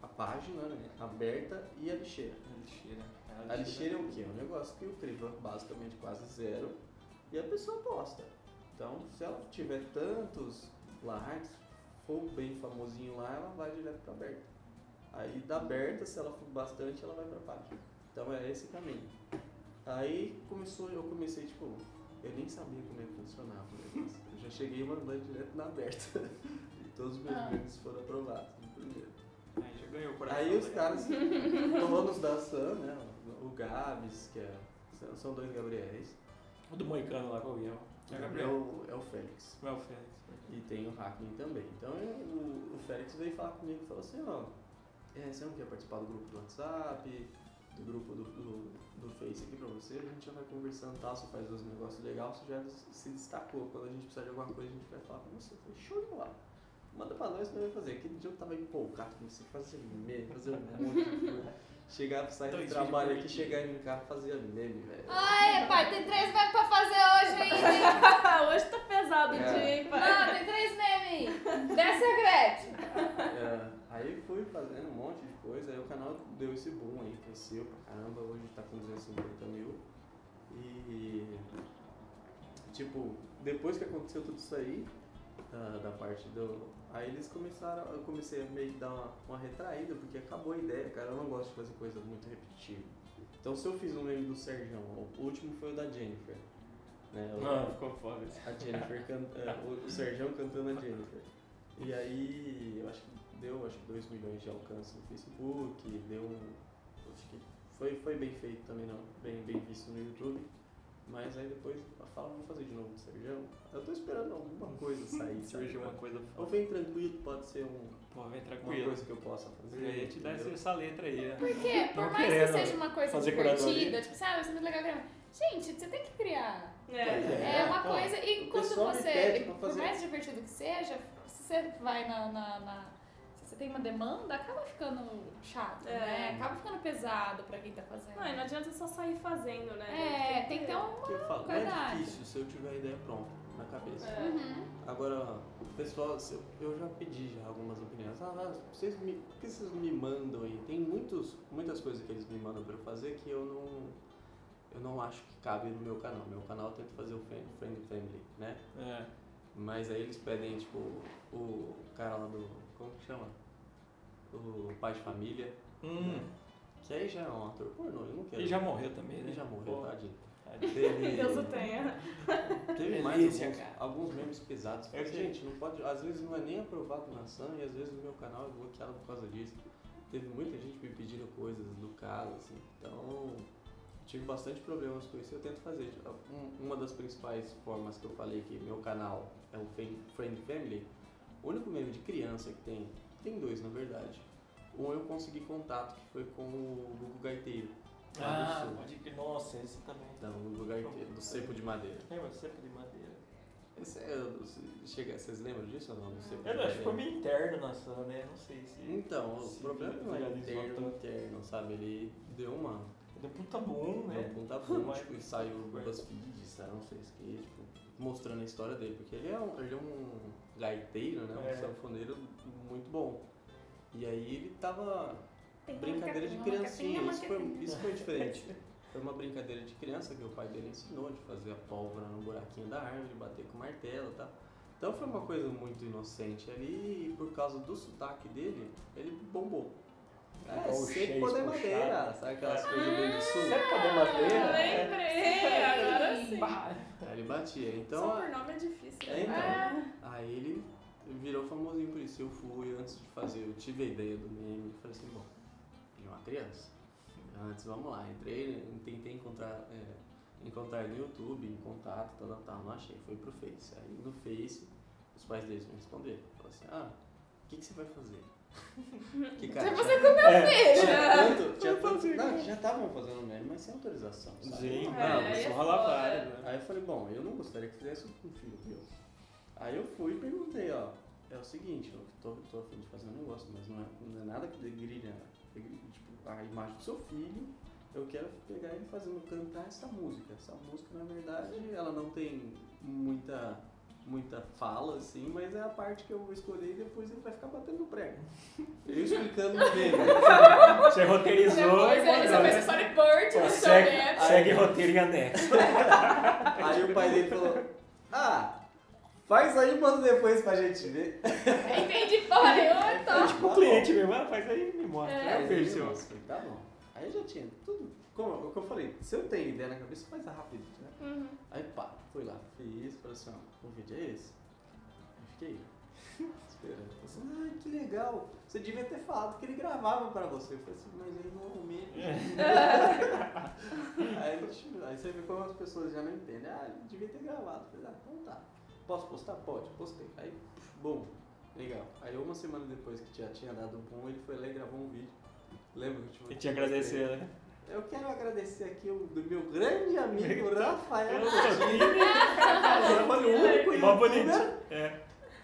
S4: a página né, aberta e a lixeira.
S1: A lixeira.
S4: A lixeira é o quê? É um negócio que o CRIVA basicamente é quase zero e a pessoa posta. Então, se ela tiver tantos likes, for bem famosinho lá, ela vai direto pra aberta. Aí da aberta, se ela for bastante, ela vai pra página. Então é esse caminho. Aí começou, eu comecei tipo, eu nem sabia como é que funcionava o negócio. Eu já cheguei mandando direto na aberta. E todos os meus
S3: Ah.
S4: memes foram aprovados no primeiro.
S1: Aí já ganhou o coração.
S4: Aí os
S1: né?
S4: caras, donos da Sam, né? O Gabs, que é. são- São dois Gabriéis.
S1: O do Moicano lá, qual é?
S4: O
S1: É o
S4: Gabriel
S1: Gabriel.
S4: é o Félix.
S1: Não é o Félix.
S4: E tem o Hackney também. Então o, o Félix veio falar comigo e falou assim, ó, é, você não quer participar do grupo do WhatsApp, do grupo do, do, do Face aqui pra você, a gente já vai conversando e tal, você faz os negócios legais, você já se destacou. Quando a gente precisar de alguma coisa, a gente vai falar com você. Eu falei, show de bola. Manda pra nós, nós vamos fazer. Aquele dia eu tava empolgado, comecei a fazer meme, fazer um monte de coisa. Chegava, sair do
S1: Dois
S4: trabalho
S1: vídeos
S4: aqui,
S1: por
S4: chegar em casa, fazia meme, velho.
S3: Ai, é, pai, tem três memes pra fazer hoje ainda, hein?
S2: Hoje tá pesado o
S4: É.
S2: dia, hein, pai?
S3: Não, tem três memes. Desce a Gretchen.
S4: É, aí fui fazendo um monte de coisa, aí o canal deu esse boom aí, cresceu pra caramba, hoje tá com 250 mil. E tipo, depois que aconteceu tudo isso aí, da, da parte do. Aí eles começaram, eu comecei a meio que dar uma, uma retraída, porque acabou a ideia, cara, eu não gosto de fazer coisa muito repetitiva. Então se eu fiz um meme do Serjão, o último foi o da Jennifer. Né? o-
S1: Não, ficou foda. esse.
S4: a Jennifer can- é, o- o Serjão cantando a Jennifer. E aí, eu acho que deu acho que 2 milhões de alcance no Facebook, deu um. Acho que foi, foi bem feito também, não. Bem, bem visto no YouTube. Mas aí depois eu falo, vou fazer de novo do Serjão. Eu tô esperando alguma coisa sair.
S1: Surgiu uma
S4: sabe?
S1: coisa
S4: Ou
S1: foda.
S4: vem tranquilo, pode ser um,
S1: Pô, vem
S4: uma
S1: tranquilo. É,
S4: coisa que eu possa fazer.
S1: Eu ia te dar essa
S4: entendeu?
S1: essa letra aí. né?
S3: Porque, por
S1: Não
S3: mais que
S1: querendo
S3: seja uma coisa
S1: fazer
S3: divertida,
S1: curadoria.
S3: tipo, sabe, isso é muito legal. criar. Gente, você tem que criar.
S4: É,
S3: É, uma
S4: pô,
S3: coisa, e
S4: o
S3: quando
S4: pessoal me pede
S3: você,
S4: pra
S3: por
S4: fazer.
S3: mais divertido que seja, se você vai na, na- na- se você tem uma demanda, acaba ficando chato,
S2: É.
S3: né? Acaba ficando pesado pra quem tá fazendo.
S2: Não, e não adianta só sair fazendo, né?
S3: É, tem que ter um...
S4: Que eu falo, não é
S3: qualidade.
S4: difícil se eu tiver a ideia pronta na cabeça.
S2: É.
S3: Uhum.
S4: Agora, pessoal, se eu- eu já pedi já algumas opiniões. Ah, ah, vocês me, por que vocês me mandam aí? Tem muitos, muitas coisas que eles me mandam pra eu fazer que eu não, eu não acho que cabe no meu canal. Meu canal eu tento fazer o friend, friend family, né?
S1: É.
S4: Mas aí eles pedem, tipo, o cara lá do, como que chama? O pai de família.
S1: Hum.
S4: Que aí já é um ator pornô, eu não quero.
S1: E já morreu também,
S4: Ele
S1: né?
S4: já morreu,
S1: Pô,
S4: tadinho.
S1: tadinho.
S5: É.
S4: Teve-
S2: Deus o
S4: Uhum.
S2: tenha.
S4: Teve mais
S1: Delícia,
S4: alguns,
S1: cara.
S4: alguns memes pesados.
S1: É
S4: Mas,
S1: que-
S4: gente, não pode. Às vezes não é nem aprovado na Sam e às vezes o meu canal é bloqueado por causa disso. Teve muita gente me pedindo coisas do caso, assim. Então tive bastante problemas com isso. Eu tento fazer. Tipo, um- Uma das principais formas que eu falei que meu canal é o Fam- Friend Family, o único meme de criança que tem, tem dois na verdade. Um eu consegui contato, que foi com o Gugu Gaiteiro. lá do
S1: Ah,
S4: Sul.
S1: pode que. Nossa, esse também. tá.
S4: Então, o Gugu Gaiteiro, do Cepo de Madeira.
S1: Lembra? Cepo de madeira.
S4: Esse é, você- chega, vocês lembram disso ou não? Não sei.
S1: Eu acho que foi meio interno na Sam, né? Não sei se.
S4: Então, o
S1: Sim,
S4: problema não é
S1: viralizou
S4: interno,
S1: tanto.
S4: interno, sabe? Ele deu uma,
S1: Deu é puta boom,
S4: deu um
S1: né?
S4: ponta boom,
S1: Mas-
S4: tipo, e saiu o BuzzFeed, saiu não sei o que, tipo, mostrando a história dele, porque ele é um, ele é um gaiteiro, né? Um
S1: É.
S4: sanfoneiro muito bom. E aí ele tava
S3: Tem
S4: brincadeira de
S3: uma
S4: criancinha,
S3: capinha, uma
S4: isso foi,
S3: capinha.
S4: isso foi diferente. Foi uma brincadeira de criança que o pai dele ensinou, de fazer a pólvora no buraquinho da árvore, bater com martelo e tal. Então foi uma coisa muito inocente ali e por causa do sotaque dele, ele bombou. É,
S1: Igual o
S4: sem
S1: Shakespeare
S4: poder madeira,
S1: puxado.
S4: sabe aquelas coisas dele do sul?
S2: Ah.
S5: Ah,
S1: Sempre cadê madeira? né?
S2: Lembrei, agora sim.
S1: É.
S4: Aí ele batia. Então,
S2: Só por nome é difícil.
S4: É,
S2: né?
S4: então.
S2: É.
S4: Aí ele virou famosinho por isso. Eu fui, antes de fazer, eu tive a ideia do meme. Falei assim, bom, ele é uma criança. Antes, vamos lá. Entrei, tentei encontrar, é, encontrar ele no YouTube, em contato, tal, tal, tal. Não achei, fui pro Face. Aí no Face, os pais deles me responderam. Falaram assim, ah, o que, que você vai fazer? que cara, você comeu
S1: É.
S4: tinha tanto, tinha tanto, não, já estavam fazendo meme, mas sem autorização, sabe?
S1: Gente,
S2: É,
S1: não, mas
S2: aí é
S1: só rola
S2: foda.
S1: várias, né?
S4: Aí eu falei, bom, eu não gostaria que fizesse isso com um filho meu. Aí eu fui e perguntei, ó, é o seguinte, eu tô, tô a fim de fazer um negócio, mas não é, não é nada que degrilha, degrilha, tipo, a imagem do seu filho. Eu quero pegar ele fazendo cantar essa música. Essa música, na verdade, ela não tem muita muita fala, assim, mas é a parte que eu vou escolher e depois ele vai ficar batendo no prego. Eu explicando o meme.
S1: Você roteirizou
S3: Depois,
S2: é,
S1: e
S3: né, Você
S1: mandou,
S3: fez
S1: né?
S3: o storyboard
S1: Pô,
S3: do é seu
S1: Segue,
S3: app.
S1: segue roteiro e anexo.
S4: Aí o pai dele falou, ah, faz aí e manda depois pra gente ver.
S3: Entendi porra
S4: É
S3: nenhuma, então.
S1: Tipo, o cliente me manda, faz aí e me mostra.
S3: É.
S1: É. Eu
S4: Aí ele,
S1: vejo seu.
S4: "Nossa, falei, tá bom. Aí eu já tinha tudo. Como o que eu falei, se eu tenho ideia na cabeça, faz rápido, né?
S2: Uhum.
S4: Aí pá, fui lá, fiz, falei assim, ó, o vídeo é esse? Aí fiquei esperando. Falei assim, ah, que legal. Você devia ter falado que ele gravava pra você. Eu falei assim, mas ele não arrumei. aí, tipo, aí você vê como as pessoas já não entendem. Ah, ele devia ter gravado. Eu falei, ah, então tá. Posso postar? Pode, postei. Aí, bom, legal. Aí uma semana depois que já tinha dado bom, ele foi lá e gravou um vídeo. Lembra que eu te
S1: Eu
S4: mandei?
S1: te agradecer, né?
S4: Eu quero agradecer aqui o do meu grande amigo Rafael
S1: Eu
S4: Coutinho. Rafael foi o único
S1: Mó
S4: youtuber
S1: bonitinho. É.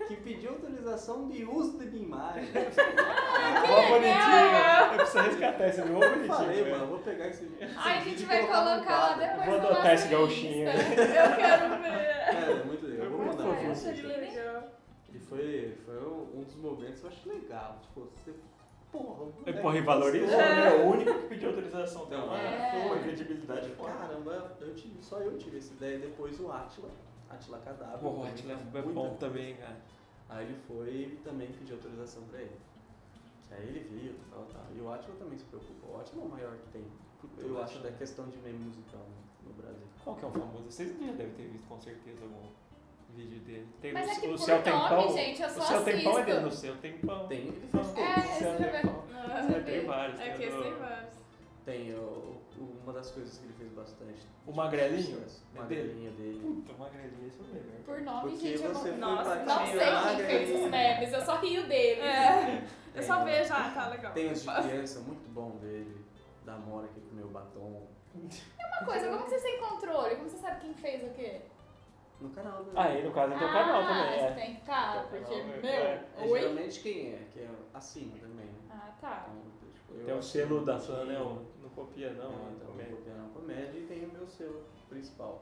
S4: que pediu autorização de uso da minha imagem.
S1: Mó bonitinho. Eu preciso resgatar esse meu
S4: Eu
S1: bonitinho.
S4: falei,
S1: velho.
S4: mano, vou pegar esse vídeo.
S3: Ai, a
S4: esse
S3: gente
S4: vídeo e
S3: vai
S4: colocar no
S3: colocar lá
S4: quadro.
S3: depois
S1: Vou
S3: no
S1: adotar esse
S3: nosso
S1: gauchinho,
S3: Insta.
S2: Eu quero ver.
S4: Cara, é muito legal, eu vou
S1: Muito
S4: mandar
S1: fofo.
S4: pra
S2: Acho
S4: vocês.
S2: que legal.
S4: E foi, foi um um dos momentos que eu acho legal. Tipo, você. Porra, o
S1: É,
S4: moleque
S1: porra, e valorizou,
S3: É.
S1: né? O único que pediu autorização. Então,
S4: Então,
S1: ah,
S4: é.
S1: foi. Credibilidade foda.
S4: Caramba, eu tive, só eu tive essa ideia. Depois o Atila, Atila Cadáver.
S1: Porra,
S4: também,
S1: Atila é
S4: muita
S1: bom também, cara.
S4: Aí ele foi e também pediu autorização pra ele. Que aí ele viu, tal, tal. E o Atila também se preocupa. O Atila é o maior que tem, eu acho, é. da questão de meme musical né, no, no Brasil.
S1: Qual que é o famoso? Vocês já devem ter visto com certeza algum vídeo dele. Tem
S3: Mas
S1: o,
S3: é que
S1: o
S3: por
S1: Céu Tempão.
S3: nome, gente, eu
S1: o
S3: só
S1: Céu Tempão é dele, no
S3: assisto.
S1: Céu Tempão.
S4: Tem, ele faz
S1: É,
S4: todos.
S3: esse
S1: Céu
S3: já vai-
S1: Tempão.
S3: já
S1: Tem
S3: vi.
S1: vários.
S2: É que
S1: tem
S2: esse
S1: o
S2: tem
S1: do-
S2: vários.
S4: Tem, o- o- uma das coisas que ele fez bastante.
S1: O Magrelinho?
S4: O Magrelinho É dele.
S1: Puta, uma grelhinha, isso é o melhor.
S3: Por nome,
S4: Porque
S3: gente, eu não,
S4: você tá foi
S2: Nossa,
S4: pra
S3: não
S4: Tia
S3: sei quem
S4: Magrelinho.
S3: fez os memes, eu só rio deles.
S2: É. Eu só
S4: Tem- um
S2: vejo, ah, tá legal.
S4: Tem os de criança, muito bom dele. Da Mora que comeu batom.
S3: Uma coisa, como que vocês têm controle? Como você sabe quem fez o quê?
S4: Ah, No canal dele.
S1: Aí, no caso, é teu canal também.
S3: Ah,
S1: É.
S3: tem que tá,
S4: Tem
S3: porque,
S1: canal,
S3: meu,
S1: é.
S4: É,
S3: oi?
S4: geralmente quem é, que é acima também, né?
S3: Ah, tá.
S4: Então, tipo, eu
S1: Tem o
S4: acho
S1: selo
S4: que-
S1: da Sam, né? o Não copia, não.
S4: Um- Não,
S1: né,
S4: então
S1: também.
S4: eu vou pegar uma comédia e tem o meu selo principal.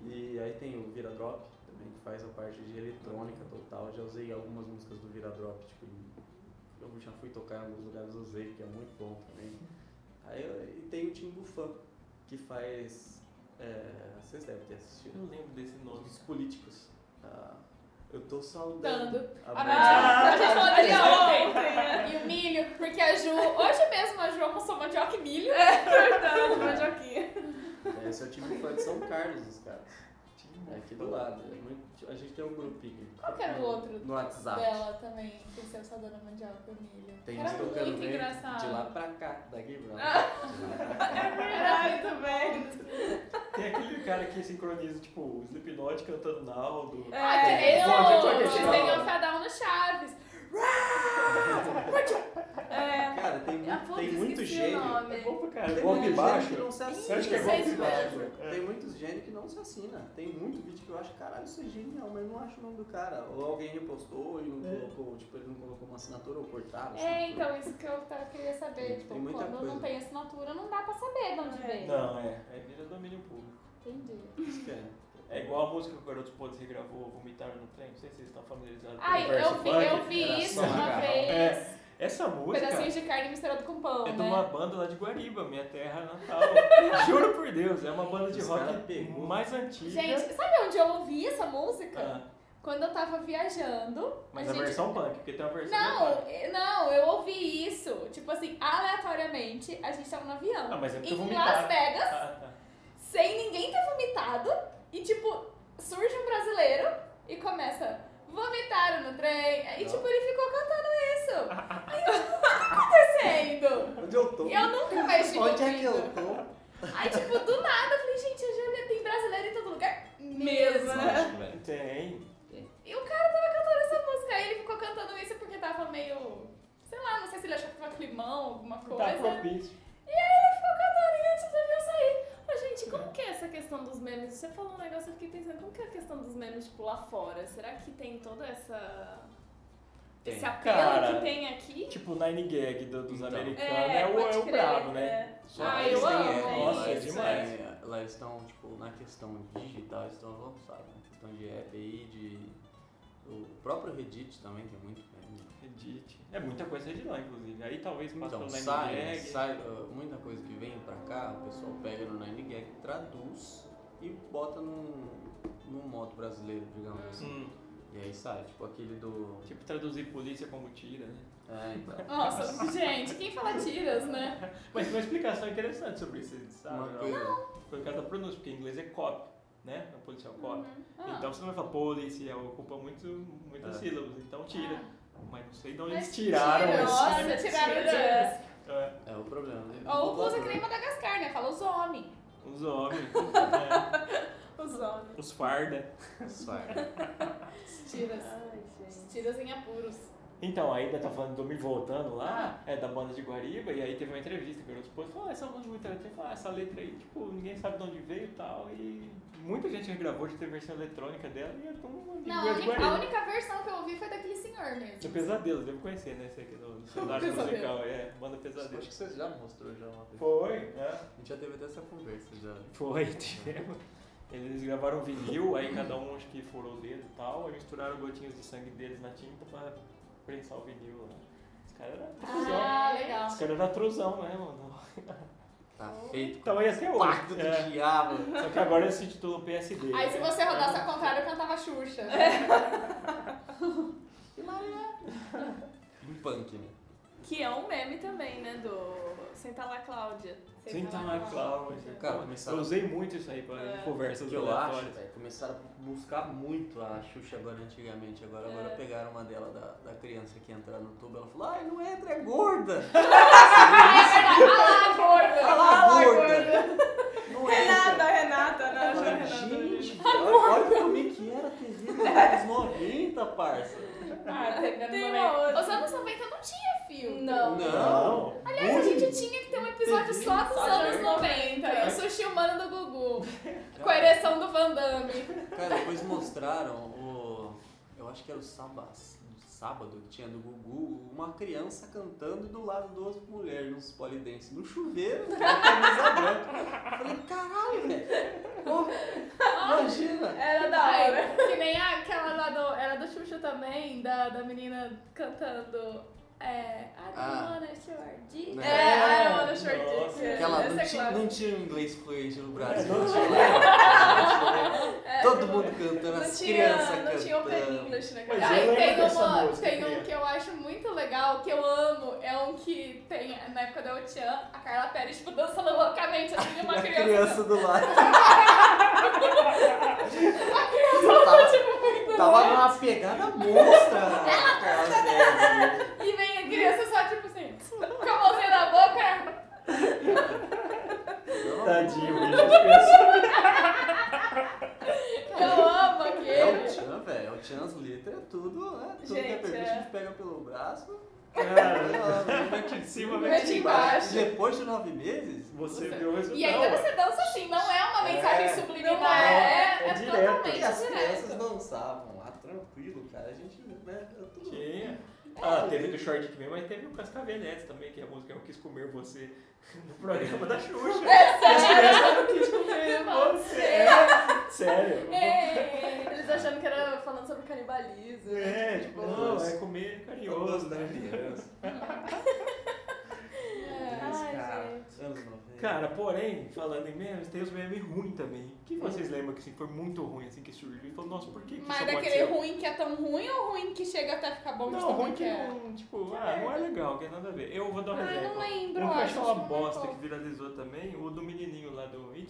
S4: E aí tem o Viradrop também, que faz a parte de eletrônica total. Já usei algumas músicas do Viradrop, tipo, eu já fui tocar em alguns lugares, usei, que é muito bom também. Aí eu- e tem o Tim Bufan, que faz. é, vocês devem ter assistido.
S1: Eu lembro desse nome.
S4: Os políticos. Ah, eu tô saudando.
S3: Dando.
S1: Tá
S4: a
S3: A
S4: Brasil.
S3: mandioca, a gente falou
S2: Ah,
S3: de ontem.
S2: tem,
S3: E o milho, porque a Ju, hoje mesmo a Ju almoçou mandioca e milho.
S2: é verdade, mandioquinha.
S4: Esse é o Tim Bufan de São Carlos, os caras.
S1: Tinha
S4: É aqui do lado. é muito- a gente tem um grupinho.
S3: Qual que era o outro
S4: No WhatsApp.
S3: dela também, que você só dando mandioca e milho?
S4: Tem
S3: Era
S4: gente tocando
S3: muito
S4: bem
S3: engraçado.
S4: de lá pra cá, daqui pra lá.
S2: É verdade também.
S1: Tem aquele cara que sincroniza, tipo, o Slipknot cantando Naldo.
S2: É.
S3: Ah, que nem
S1: Gente,
S3: o-
S1: olha
S3: eles
S1: esse
S3: têm
S1: cara.
S3: o Fadal no Chaves.
S2: É.
S4: Cara, tem, mu-
S3: Ah, putz,
S4: tem muito
S3: esqueci
S4: gênio.
S3: o nome.
S1: É bom pra
S4: Tem
S1: caralho.
S4: muito
S1: Golpe
S4: gênio
S1: baixo.
S4: que não se
S1: Você acha que é
S3: Ih,
S4: assina.
S1: golpe
S3: vocês
S1: baixo?
S3: mesmo.
S1: É.
S4: Tem muitos gênios que não se assina. Tem muito vídeo que eu acho, caralho, isso é genial, mas eu não acho o nome do cara. Ou alguém repostou e não
S1: É.
S4: colocou, tipo, ele não colocou uma assinatura ou cortaram. assim, a
S3: É,
S4: assinatura.
S3: então, isso que eu tava- queria saber.
S4: Tem-
S3: Tipo,
S4: tem muita
S3: quando
S4: coisa.
S3: não tem assinatura, não dá pra saber de onde
S2: É.
S3: vem.
S1: Não, é. Aí vira domínio público.
S3: Entendi.
S4: Isso que é.
S1: É igual a música que o Garotos Podres regravou, Vomitar no Trem. Não sei se vocês estão familiarizados com
S3: Ai,
S1: o
S3: Ah, eu
S1: verso
S3: vi,
S1: funk.
S3: eu
S4: era
S3: vi isso
S4: só
S3: uma
S4: macarrão.
S3: vez.
S1: É. Essa música
S3: Pedacinhos de carne misturado com pão,
S1: é de
S3: né?
S1: uma banda lá de Guariba, minha terra natal. Juro por Deus, é uma banda de
S4: Os
S1: rock
S4: cara pegou.
S1: mais antiga.
S3: Gente, sabe onde eu ouvi essa música?
S1: Ah,
S3: Quando eu tava viajando.
S1: mas
S3: a
S1: a
S3: gente-
S1: versão punk, porque tem uma versão
S3: Não,
S1: punk.
S3: eh, não, eu ouvi isso. Tipo assim, aleatoriamente, a gente tava no avião.
S1: Ah, mas é porque
S3: em
S1: vomitaram.
S3: Las Vegas,
S1: Ah, tá.
S3: sem ninguém ter vomitado. E tipo, surge um brasileiro e começa. Vomitaram no trem. E tipo, ele ficou cantando isso. Aí eu, o que tá acontecendo?
S4: Onde eu tô?
S3: E eu nunca mais tive
S4: Onde é que
S3: ouvido.
S4: eu tô?
S3: Aí, tipo, do nada, eu falei, gente, a Júlia tem brasileiro em todo lugar mesmo.
S2: né?
S1: Tem.
S3: E o cara tava cantando essa música, aí ele ficou cantando isso porque tava meio. Sei lá, não sei se ele achou que tava climão, alguma coisa.
S1: Tá propício.
S3: E aí ele ficou cantando e antes do avião sair.
S2: Ô, gente, como que é essa questão dos memes? Você falou um negócio, eu fiquei pensando, como que é a questão dos memes, tipo, lá fora? Será que tem toda essa...
S4: Tem.
S2: Esse apelo
S1: Cara,
S2: que tem aqui?
S1: Tipo, Nine Gag do- dos
S4: Então.
S1: americanos é, o,
S2: pode
S1: é o
S2: crer,
S1: brabo, né?
S2: é.
S4: Só
S2: Ah,
S4: que
S2: eu
S4: eles têm,
S2: amo.
S4: é,
S1: Nossa,
S4: lá
S1: é
S4: eles
S1: demais.
S4: têm, é, Lá eles estão, tipo, na questão digital, eles estão avançados. né? questão de app aí, de. O próprio Reddit também tem muito né? meme.
S1: Reddit. É muita coisa de lá, inclusive. Aí talvez passe
S4: Então,
S1: pelo
S4: sai,
S1: Lemgag.
S4: sai uh, muita coisa que vem pra cá, o pessoal pega no NineGag, traduz e bota num, num modo brasileiro, digamos assim.
S1: Hum,
S4: E aí sai, tipo aquele do.
S1: tipo, traduzir polícia como tira, né?
S4: É, então.
S3: Nossa, gente, quem fala tiras, né?
S1: Mas tem uma explicação interessante sobre isso, sabe?
S4: Uma coisa.
S1: Por causa da pronúncia, porque em inglês é cop, né? É policial cop.
S2: Uhum.
S3: Ah.
S1: Então você não vai falar polícia, ocupa muito, muitas
S4: É.
S1: sílabas, então tira. Mas não sei de onde
S3: Mas
S1: eles tiraram
S3: tira,
S1: isso.
S3: Nossa, tiraram
S2: Tira.
S3: tiras.
S1: É,
S4: É o problema, né?
S3: Ou
S4: Populador.
S3: usa que nem Madagascar, né? Fala os homens.
S1: os homens, é,
S2: Os homens.
S1: os farda.
S4: Sai.
S3: Tiras.
S2: Ai, gente.
S3: Tiras em apuros.
S1: Então, ainda tá falando do Me Voltando lá, é da banda de Guariba, e aí teve uma entrevista que o garoto pôs e falou, "Ah, essa música é muito interessante, falou, ah, essa letra aí, tipo, ninguém sabe de onde veio e tal, e muita gente regravou de ter versão eletrônica dela e é tão
S3: Não, a
S1: amigo de
S3: única, a
S1: Guariba.
S3: única versão que eu ouvi foi daquele senhor mesmo.
S1: É pesadelo, deve conhecer, né? Esse aqui do cenário
S3: Pesadelo.
S1: musical, é, banda pesadelo.
S4: Acho que você já mostrou já uma vez.
S1: Foi, né?
S4: A gente já teve até essa conversa já.
S1: Foi, tivemos. Eles gravaram vinil, aí cada um acho que furou o dedo e tal, aí misturaram gotinhas de sangue deles na tinta pra prensar o vinil lá. Os caras eram truzão.
S3: Ah, legal.
S1: Os caras eram truzão, né, mano?
S4: Tá feito.
S1: Então ia ser
S4: com o Pacto
S1: hoje.
S4: do
S1: É,
S4: diabo.
S1: só que agora eles se titulam PSD.
S3: Aí se
S1: né?
S3: você rodasse ao contrário, eu cantava Xuxa.
S4: Um punk, né?
S2: Que é um meme também, né? Do Senta lá, Cláudia.
S3: Tá
S1: Senta lá, Cláudia.
S4: Cara,
S1: Eu
S4: começaram-
S1: usei muito isso aí pra
S2: É.
S1: conversas
S4: que eu acho,
S1: aleatórias.
S4: velho, começaram a buscar muito a Xuxa agora antigamente. Agora, agora pegaram uma dela da, da criança que ia entrar no tubo, ela falou, ai, não entra, é gorda!
S3: Ah, gorda!
S4: Olha lá, gorda! Não
S2: Renata,
S4: entra!
S2: Renata, né?
S4: Eu
S2: Acho que é
S4: falei,
S2: Renata.
S4: Tá Gente, olha, olha como é que era a TV dos anos 90, parça!
S3: Ah, teve
S2: Tem
S3: um
S2: uma
S3: momento.
S2: outra.
S3: Os anos 90 não tinha fio.
S2: Não.
S4: Não!
S3: Aliás, a gente tinha que ter um episódio
S4: Teve
S3: só dos
S2: só de
S3: anos
S2: anos
S3: 90.
S2: 90.
S3: O sushi humano do Gugu. com a ereção do Van Damme.
S4: Cara, depois mostraram o. Eu acho que era o sabas, sábado que tinha do Gugu, uma criança cantando e do lado duas mulheres, uns polidenses, no chuveiro, com a camisa branca. Eu Falei, caralho, velho! Ó, imagina!
S2: Era da
S3: Ai,
S2: hora.
S3: que nem aquela lá do. Era do Xuxa também, da, da menina cantando. É. I don't
S4: Ah.
S3: wanna short dick.
S4: Né?
S3: É, I don't wanna short
S1: Nossa.
S3: dick.
S4: Aquela
S3: Essa
S4: não
S3: é
S4: tinha,
S3: clássica.
S4: não tinha um inglês fluente no Brasil.
S1: É, Não
S3: É,
S4: Todo mundo cantando,
S3: Não
S4: as
S3: tinha,
S4: crianças
S3: não tinha Open
S4: cantando.
S3: English na
S1: Mas
S3: cara.
S1: eu
S3: Ai,
S1: lembro
S3: tem,
S1: dessa
S3: uma,
S1: música,
S3: tem um
S1: criança.
S3: que eu acho muito legal, que eu amo, é um que tem na época da Otian, a Carla Pérez tipo, dançando loucamente assim de uma
S4: A
S3: criança.
S4: criança do lado.
S3: A criança
S4: Tava-
S3: tipo muito
S4: Tava
S3: doida.
S4: numa pegada monstra. né, Aquela velha.
S3: E vem a criança só tipo assim, com a mãozinha na boca.
S1: Tadinho, bicho.
S3: Eu amo
S4: É o
S3: aquele.
S4: Tchan, velho. É o Tchan's letra, é tudo, né? Tudo que é
S2: Gente,
S4: perfeito,
S2: é.
S4: a gente pega pelo braço,
S1: Cara,
S4: mete
S1: em cima,
S3: mete embaixo.
S4: Depois de nove meses,
S1: Você viu o resultado.
S3: E ainda você dança assim, não é uma mensagem
S4: É.
S3: subliminar,
S1: Não
S3: é,
S1: é.
S3: é,
S1: É direto.
S3: totalmente
S4: e as
S3: direto.
S4: crianças dançavam lá, tranquilo, cara. A gente, né? é tudo-
S1: Tinha. Ah, teve do Short que veio, mas teve o Cascavelhetes também, que é a música Eu Quis Comer Você no programa da Xuxa.
S3: É
S1: E as crianças não quis comer você. É, Sério.
S3: Ei.
S2: Eles achando que era falando sobre canibalismo.
S1: É, tipo, não, é comer
S4: Todas
S1: carinhoso,
S4: da
S1: né?
S4: criança.
S2: Ai,
S4: Cara,
S2: gente.
S4: anos 90.
S1: Cara, porém, falando em memes, tem os memes ruins também. O que vocês lembram que assim, foi muito ruim, assim, que surgiu? E falou, nossa, por que, que
S3: Mas
S1: isso
S3: daquele
S1: aconteceu?
S3: ruim que é tão ruim ou ruim que chega até ficar bom de
S1: Não,
S3: tão
S1: ruim que
S3: é?
S1: não, tipo, ah, não é legal, que é nada a ver. Eu vou dar um
S3: Ah, eu
S1: exemplo.
S3: não lembro.
S1: Um que eu
S3: acho
S1: achei uma
S3: não é
S1: bosta que
S3: marcou.
S1: viralizou também, o do menininho lá do... Lembra?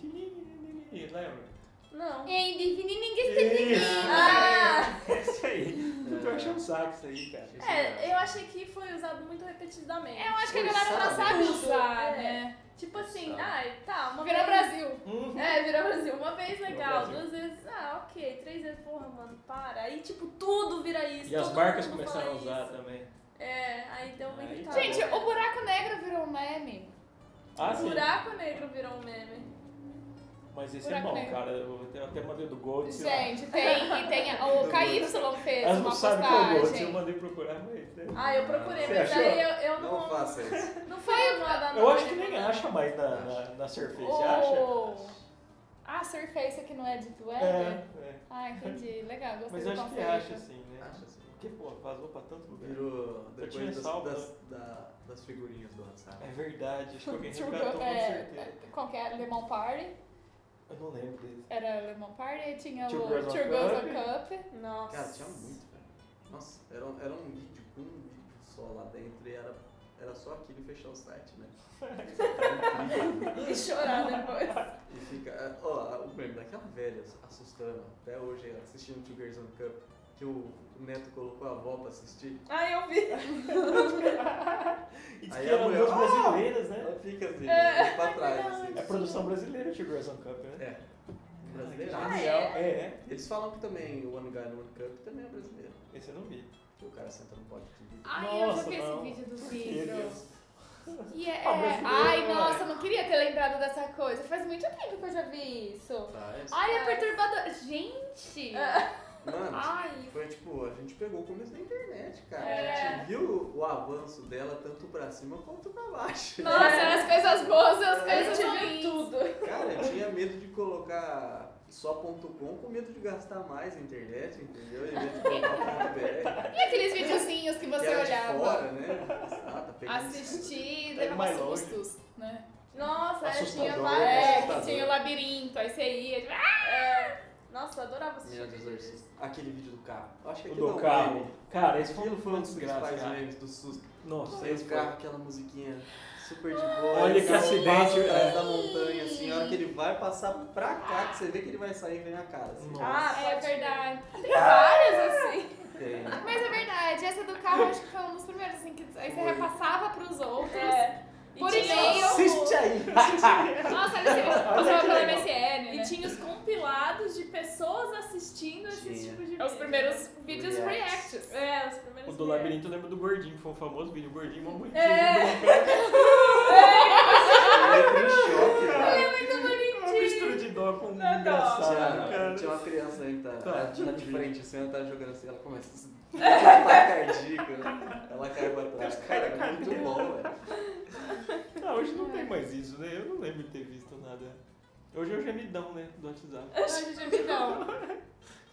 S2: Não.
S3: Ei, defini ninguém se
S1: Isso!
S3: Ah!
S1: Esse É aí. Puta, eu achei um saco isso aí, cara.
S2: É, eu achei que foi usado muito repetidamente.
S3: É, eu acho que a
S4: Pois
S3: galera não
S4: sabe.
S3: sabe
S2: Tudo,
S3: usar,
S2: é.
S3: né?
S2: Tipo assim,
S4: Sabe.
S2: ai, tá, uma
S3: Virou
S2: vez.
S3: Brasil.
S1: Hum.
S2: É, virou Brasil. Uma vez
S1: Virou
S2: legal,
S1: Brasil.
S2: duas vezes, ah, ok. Três vezes, porra, mano, para. Aí, tipo, tudo vira isso.
S1: E as
S2: todo
S1: marcas
S2: mundo
S1: começaram a
S2: fala
S1: usar
S2: isso.
S1: também.
S2: É, aí deu uma
S1: Aí- tá.
S2: irritada.
S3: Gente, o buraco negro virou um meme.
S1: Ah,
S2: o
S1: sim.
S2: buraco negro virou um meme.
S1: Mas esse é
S3: Buraco
S1: bom,
S3: negro.
S1: cara. Eu até- eu até mandei do Gold. sei lá.
S3: Gente, tem, e tem. O KY fez
S1: Elas
S3: uma
S1: não sabem qual é o Gold, eu
S3: postagem.
S1: mandei procurar, mas... né?
S2: Ah, eu procurei,
S1: Você
S2: mas
S1: achou?
S2: aí eu, eu não.
S4: Não faça isso.
S2: Ah, Não foi nada, não.
S1: Eu acho que nem acha mais na, na, na Surface, acha?
S3: O...
S5: Ah, Surface que não é Deep Web?
S1: é.
S5: Ah, entendi. Legal, gostei
S1: Mas
S5: do
S1: eu acho que
S5: conceito.
S1: acha assim, né?
S4: Acho assim.
S1: Porque, pô, vazou pra tanto lugar.
S4: Virou
S1: tinha
S4: depois das,
S1: salvo,
S4: das, da- das figurinhas do WhatsApp.
S1: É verdade, acho que alguém resgatou com
S5: é,
S1: certeza.
S5: qual
S3: é?
S5: que era? Lemon Party?
S1: Eu não lembro desse.
S5: Era Lemon Party, tinha
S1: Two
S5: o
S1: Girls, One
S5: Two Girls One Cup.
S2: Nossa.
S4: Cara, tinha muito, velho. Nossa, era, um- era um vídeo com um vídeo só lá dentro e era, era só aquilo e fechar o site, né?
S5: E chorar depois.
S4: E fica. é, Ó, o meme daquela velha assustando, até hoje, assistindo Two Girls One Cup, que o neto colocou a avó pra assistir.
S2: Ai, eu vi.
S1: E diz
S4: Aí
S1: que é um
S4: a
S1: eram
S4: mulher,
S1: duas brasileiras, né?
S4: Ela fica assim,
S5: É,
S4: pra trás. assim.
S1: É produção brasileira de Girls on Cup, né?
S4: É. Brasileira.
S1: Ah,
S5: é?
S1: É, é.
S4: Eles falam que também o One Guy no One Cup também é brasileiro.
S1: Esse eu não vi.
S4: Que o cara senta no pote de vidro.
S3: Ai, eu já
S1: Nossa,
S3: vi esse
S1: não.
S3: vídeo dos
S1: Meu
S3: vídeos.
S1: Deus.
S5: E é-
S1: Ah, mas
S5: é-
S1: não,
S5: Ai,
S1: não,
S5: nossa, eu não queria ter lembrado dessa coisa. Faz muito tempo que eu já vi isso.
S4: Faz.
S3: Ai, é
S5: Ai.
S3: perturbador. Gente!
S4: Mano,
S3: Ai,
S4: foi tipo, a gente pegou o começo da internet, cara. A
S5: É.
S4: gente viu o avanço dela tanto pra cima quanto pra baixo.
S5: Nossa, as coisas boas e as
S3: É.
S5: coisas
S3: Eu
S5: ruins.
S3: tive
S5: tudo.
S4: Cara, eu tinha medo de colocar só ponto .com com medo de gastar mais na internet, entendeu? Em vez de colocar ponto .br.
S5: E aqueles videozinhos que
S4: que
S5: você
S4: era de
S5: olhava,
S4: fora, né? Ah, tá pegando
S5: assistir,
S1: Tá indo mais
S5: levava
S1: longe. tá
S5: sustos, né?
S2: Nossa, era-
S4: Assustador,
S2: tinha
S5: É,
S2: várias.
S4: assustador.
S5: que tinha o labirinto, aí você ia, tipo, ah,
S2: Nossa, eu adorava
S4: Meu
S2: assistir.
S4: Deus, Exorcista. Aquele vídeo do carro. Eu acho que
S1: O
S4: aquele é
S1: do
S4: um
S1: carro.
S4: meme.
S1: Cara, esse foi um
S4: Aquilo
S1: foi um
S4: dos
S1: desgraça,
S4: principais
S1: cara.
S4: memes do susto.
S1: Nossa,
S4: Saiu
S1: esse
S4: do
S1: foi.
S4: carro, aquela musiquinha super de boa.
S1: Olha
S4: Ele
S1: que
S4: passa
S1: acidente,
S4: atrás
S1: é.
S4: da montanha, assim. A hora que ele vai passar pra cá, que você vê que ele vai sair e vem na cara. Assim.
S1: Nossa.
S2: Ah,
S5: é
S2: pode crer.
S5: verdade. Tem várias assim.
S4: Tem.
S5: Mas é verdade, essa do carro acho que foi um dos primeiros, assim, que aí você
S4: Foi.
S5: repassava pros outros.
S2: É. E
S5: Por
S2: tinha-
S5: e-mail.
S4: Assiste aí!
S5: Nossa, aí você passava
S1: que
S5: pela
S1: legal.
S5: MSN, né?
S2: E tipo tinha os compilados de pessoas assistindo esses
S4: Tinha.
S2: tipos de
S5: É os
S2: vídeo.
S5: primeiros vídeos
S4: Reacts.
S5: reacts.
S2: É, os primeiros.
S1: O do
S2: reacts.
S1: labirinto eu lembro do gordinho, que foi um famoso vídeo. O gordinho, uma bonitinha.
S2: É.
S4: Entra em choque,
S5: é
S4: cara.
S1: é Uma mistura de dó
S5: Ah,
S1: com um
S5: tá,
S2: Não, não.
S1: engraçado,
S4: Tinha,
S1: cara.
S4: tinha uma criança aí, tá,
S1: Tá.
S4: tá de frente, assim, ela tá jogando assim, ela começa assim, cardíaco, né? Ela cai pra trás, cara, é muito bom, velho.
S1: Ah, hoje não
S5: É.
S1: tem mais isso, né? Eu não lembro de ter visto nada. Hoje é o gemidão, né? Do WhatsApp.
S5: Hoje então, de vidão.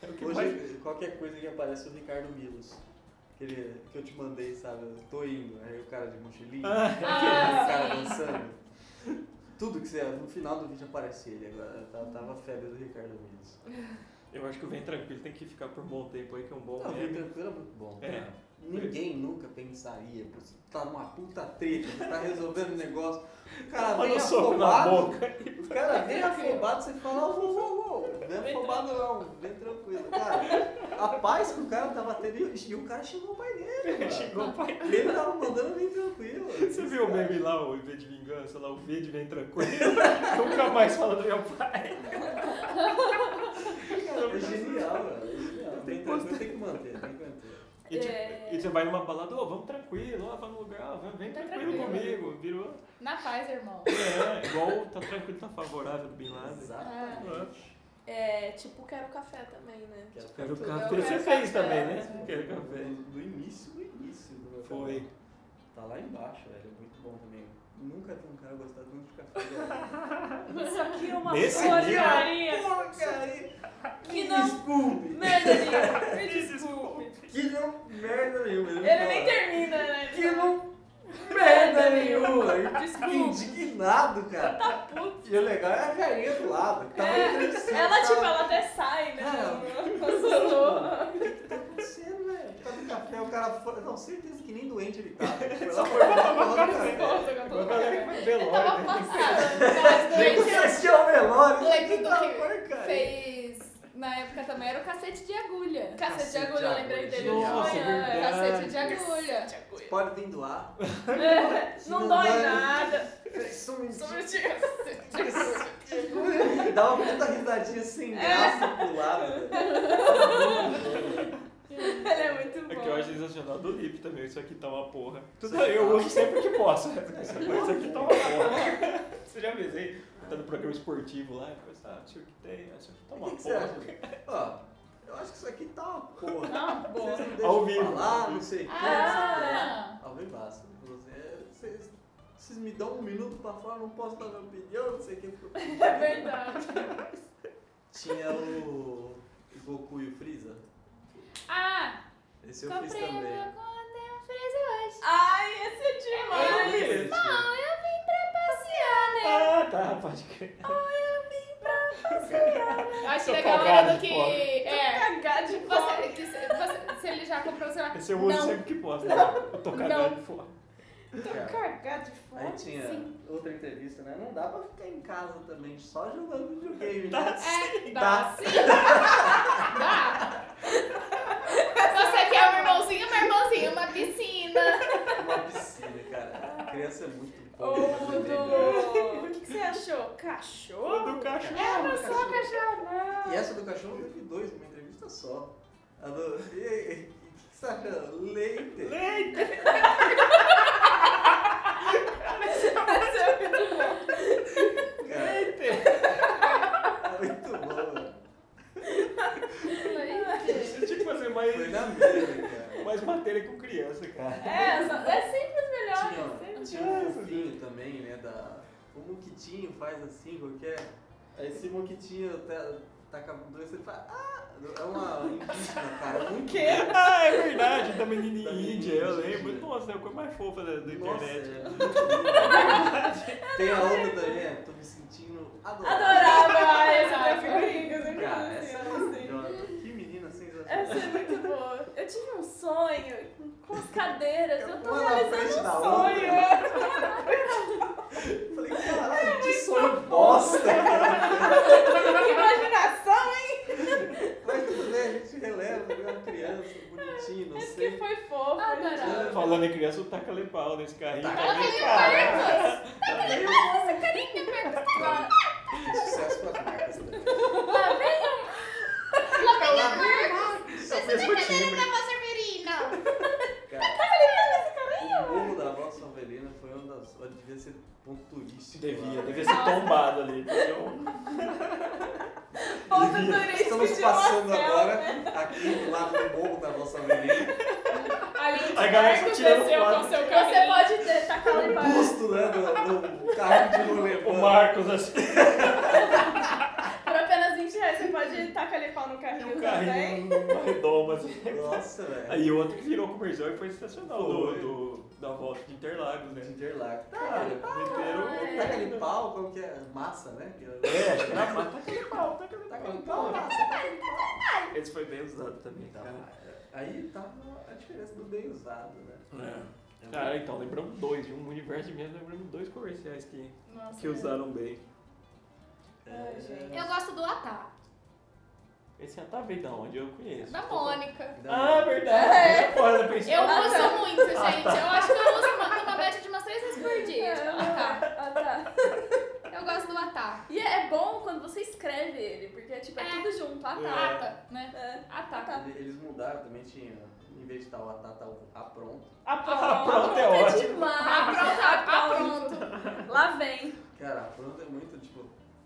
S1: É o que mais...
S4: Hoje, qualquer coisa que aparece é o Ricardo Milos. Aquele que eu te mandei, sabe? Eu tô indo. Aí o cara de mochilinha.
S1: Ah,
S4: aquele
S5: sim.
S4: cara dançando. Tudo que você. No final do vídeo aparece ele agora. Tá- Tava a febre do Ricardo Milos.
S1: Eu acho que o Vem Tranquilo tem que ficar por um bom tempo aí, que é um bom
S4: Não, o Rio
S1: meme.
S4: Tranquilo é muito bom,
S1: É.
S4: cara. Ninguém nunca pensaria. pô, Você tá numa puta treta, você tá resolvendo um negócio. O cara
S1: Toma
S4: vem
S1: um soco na
S4: afobado.
S1: boca.
S4: O cara vem afobado, você fala, ô, ô, ô, ô, vem afobado não, vem tranquilo. Cara, a paz que o cara tava tendo, e- e o cara chegou o pai dele, mano.
S1: Chegou o pai.
S4: Ele tava mandando bem tranquilo.
S1: Você viu o meme lá, o V de Vingança, lá, o V de Vem Tranquilo? Nunca mais fala do meu pai.
S4: Cara, é genial, velho. É genial. Tem tranquilo, tem que manter, tem que manter.
S1: E, tipo,
S5: É.
S1: e você vai numa balada, ô, vamos tranquilo, ó, vamos no lugar, ó, vem, vem
S5: Tá
S1: tranquilo,
S5: tranquilo.
S1: comigo. Virou.
S5: Na paz, irmão.
S1: É, igual o tá tranquilo, tá favorável do Bin Laden.
S4: Exatamente.
S2: É, tipo, quero café também, né?
S1: Quero
S4: Quero
S1: café.
S5: Eu
S1: Você
S5: quero café.
S1: fez também, né? Quero
S4: café.
S1: café.
S4: Do início, do início. do meu
S1: Foi.
S4: canal. Tá lá embaixo, velho. é Muito bom também. Nunca vi um cara gostar tanto de café. velho.
S2: Isso aqui é uma
S1: Nesse nível?
S2: porcaria.
S4: Porcaria!
S2: Que
S4: Me
S2: não-
S4: Desculpe!
S2: Merda, Nico, me desculpe.
S4: Que não merda nenhuma. Ele,
S2: Ele
S4: fala,
S2: nem termina, né?
S4: Que não merda nenhuma. Ele fica
S2: Desculpa.
S4: indignado, cara. Tá puto. E o legal é a carinha do lado. que Tá
S2: É,
S4: muito É. interessante,
S2: Ela, tipo,
S4: tá-
S2: ela até sai, né?
S4: Cara.
S2: Assustou.
S4: tá acontecendo, velho? Tá no café, o cara foi. Não, certeza que nem doente ele tá. Só foi lá, foi lá no café.
S1: Agora a galera que
S4: é
S1: vai ver
S5: Eu tava
S1: logo, né?
S5: passada.
S4: Nem
S5: Doente
S4: conhecia o Velório.
S5: Moleque do
S4: tá
S5: que
S4: porcaria.
S5: fez. Na época também era o cacete de agulha.
S2: Cacete de agulha, eu lembrei dele.
S1: Nossa,
S4: é
S2: Olha,
S1: verdade.
S5: Ah, Cacete de agulha.
S4: Pode penduar.
S2: É, Não
S4: Não
S2: dói
S4: dói.
S2: nada.
S4: Some
S2: Só um minutinho.
S4: Dá uma puta risadinha sem graça pro lado. velho.
S2: Ele é muito bom.
S1: É que eu acho sensacional do Lip também, isso aqui tá uma porra. Tudo eu uso sempre que posso. Isso aqui tá uma porra. Você já avisei, tá no programa esportivo lá, e coisa, ah, tio que tem, isso aqui tá
S4: O
S1: uma
S4: que, que você acha?
S1: porra.
S4: Ó, eu acho que isso aqui tá uma porra.
S5: Não,
S4: Vocês
S5: boa.
S4: não deixam
S1: Ao vivo.
S4: falar, não sei o que. não sei o
S5: Ah!
S4: que. Ao vivaço. Você- Vocês Vocês me dão um minuto pra falar, não posso dar minha opinião, não sei o que.
S2: É verdade.
S4: Tinha o o Goku e o Freeza.
S3: Ah,
S4: Esse
S2: Tá
S4: eu fiz
S3: comprei o
S4: também.
S3: meu condenado freezer hoje.
S5: Ai, esse é demais.
S4: Esse.
S3: Não, eu vim pra passear, né?
S1: Ah, tá, pode crer.
S2: Acho
S1: Tô
S2: legal a
S1: cagado
S2: hora do
S1: de
S2: que.
S1: fome.
S2: É.
S5: Cagar de fome.
S3: Você, que se, você- se ele já comprou, sei lá.
S1: Esse eu uso
S3: não.
S1: sempre que posso. Eu tô cagando
S3: Não.
S1: fora.
S4: Cara,
S5: Cagar de
S4: Aí
S5: fome.
S4: tinha outra entrevista, né? Não dá pra ficar em casa também, só jogando videogame. né?
S3: É,
S4: Dá.
S3: dá. Sim. Dá. Você é quer uma irmãozinha, uma irmãzinha, uma piscina.
S2: É.
S4: Uma piscina, cara. A criança é muito boa. pra
S5: Ou
S4: fazer videogame.
S5: do... O que, que você achou?
S1: Ô,
S5: Cachorro?
S1: do cachorro.
S5: É, não sou cachorro, né? não.
S4: E essa do cachorro teve dois, uma entrevista só. A do. E aí, o que que você acha? Leite.
S1: Leite!
S4: Cara,
S1: Leite!
S4: é muito bom, mano.
S1: Você tinha que fazer mais,
S4: Foi na mesma, cara.
S1: mais matéria com criança, cara.
S5: É, só- é sempre os melhores.
S4: Tinha,
S2: é
S5: sempre.
S4: tinha um fofinho também, né? Da, o Moquitinho faz assim, qualquer. Aí esse Moquitinho tá, taca dois, ele fala. Ah! É uma indígena, cara. Muito
S1: Ah, é verdade, da menininha
S4: Da menininha
S1: índia, eu
S4: índia.
S1: lembro. Nossa, é a coisa mais fofa da, da
S4: Nossa, é
S1: internet.
S4: muito lindo. Tem a outra também, é, tô me sentindo adorável.
S5: Adorava essa da figurinha, eu
S4: Cara, essa é
S5: sempre assim.
S4: maravilhosa. Que menina sensacional.
S5: Essa é muito boa. Eu tive um sonho com as cadeiras. Eu tô
S4: É Uma na frente
S5: realizando
S4: da
S5: um sonho.
S4: Eu Falei, caralho, que sonho bosta, cara.
S5: Que imaginação, hein?
S4: Mas tudo bem, a gente releva, é uma criança bonitinha,
S5: Isso que
S4: inocente.
S5: É foi fofo.
S3: Adorável.
S1: Falando em criança, o taca pau nesse carrinho.
S4: Taca
S1: também,
S3: Aquele
S4: é,
S1: cara.
S3: Marcos.
S4: tá
S3: Nossa, carinha, Marcos.
S4: Sucesso com as marcas também. né,
S3: um. Lá vem um a Marcos. Você
S4: É o mesmo
S3: tá querendo
S4: time.
S3: gravar sorverina?
S4: Cara, o bolo da Vossa Alvelina foi uma das. Ela devia ser ponto turístico.
S1: Devia,
S4: lá. né?
S1: devia ser tombado ali. entendeu?
S5: Ponto
S4: Devia.
S5: turístico
S4: Estamos
S5: de né?
S4: passando
S5: hotel,
S4: agora aqui do lado do bolo da Vossa Alvelina.
S2: Aline,
S1: A galera só tirando
S2: desceu
S1: foto.
S2: com seu
S5: Você então,
S2: carrinho.
S5: pode ter- tacar lá
S4: O
S5: embaixo.
S4: busto, né? Do, do carro de rolê.
S1: O Marcos, assim,
S5: Por apenas 20 reais, você pode tacar ali pau no carrinho
S1: o
S5: também.
S1: carrinho numa redoma, assim.
S4: Nossa, velho.
S1: Aí outro que virou comercial e foi sensacional do,
S4: Foi.
S1: do- da volta de Interlagos,
S4: De
S1: né?
S4: Interlagos.
S5: Tá,
S1: Cara,
S4: Cara,
S1: meteram.
S4: Tá aquele pau, qual que é? Massa, né?
S1: É, acho que era massa. Taca ali pau, taca ali
S4: Tá
S1: pau.
S4: aquele pau, massa, tá aquele pau.
S1: Esse foi bem usado também, tá?
S4: Então,
S1: cara.
S4: aí tava a diferença do bem usado, né?
S1: É. Cara, então, lembramos dois. De um universo mesmo, lembramos dois comerciais que,
S5: Nossa,
S1: que usaram bem.
S4: É,
S5: Ai, gente.
S3: Eu gosto do Atá.
S1: Esse tá veio da onde? Eu conheço.
S3: Da Mônica. É.
S1: Ah, verdade. Porra, eu pensei.
S3: Eu
S5: Ah, tá.
S3: uso muito, gente. Eu acho que eu uso uma, uma média de umas três vezes por dia.
S5: É,
S3: Ah, tá.
S5: Ah, tá.
S3: Eu gosto do Atá.
S5: E é bom quando você escreve ele, porque tipo, é,
S3: É.
S5: tudo junto, ah, tá.
S3: Ata, né?
S5: É.
S3: Atá.
S4: Ele- Eles mudaram também, tinha. Em vez de estar o Atá, tá o Apronto.
S5: A pronto,
S1: Ah, pronto, é ótimo.
S5: demais.
S3: Apronto, apronto.
S5: Tá Lá vem.
S4: Cara, Apronto é muito tipo.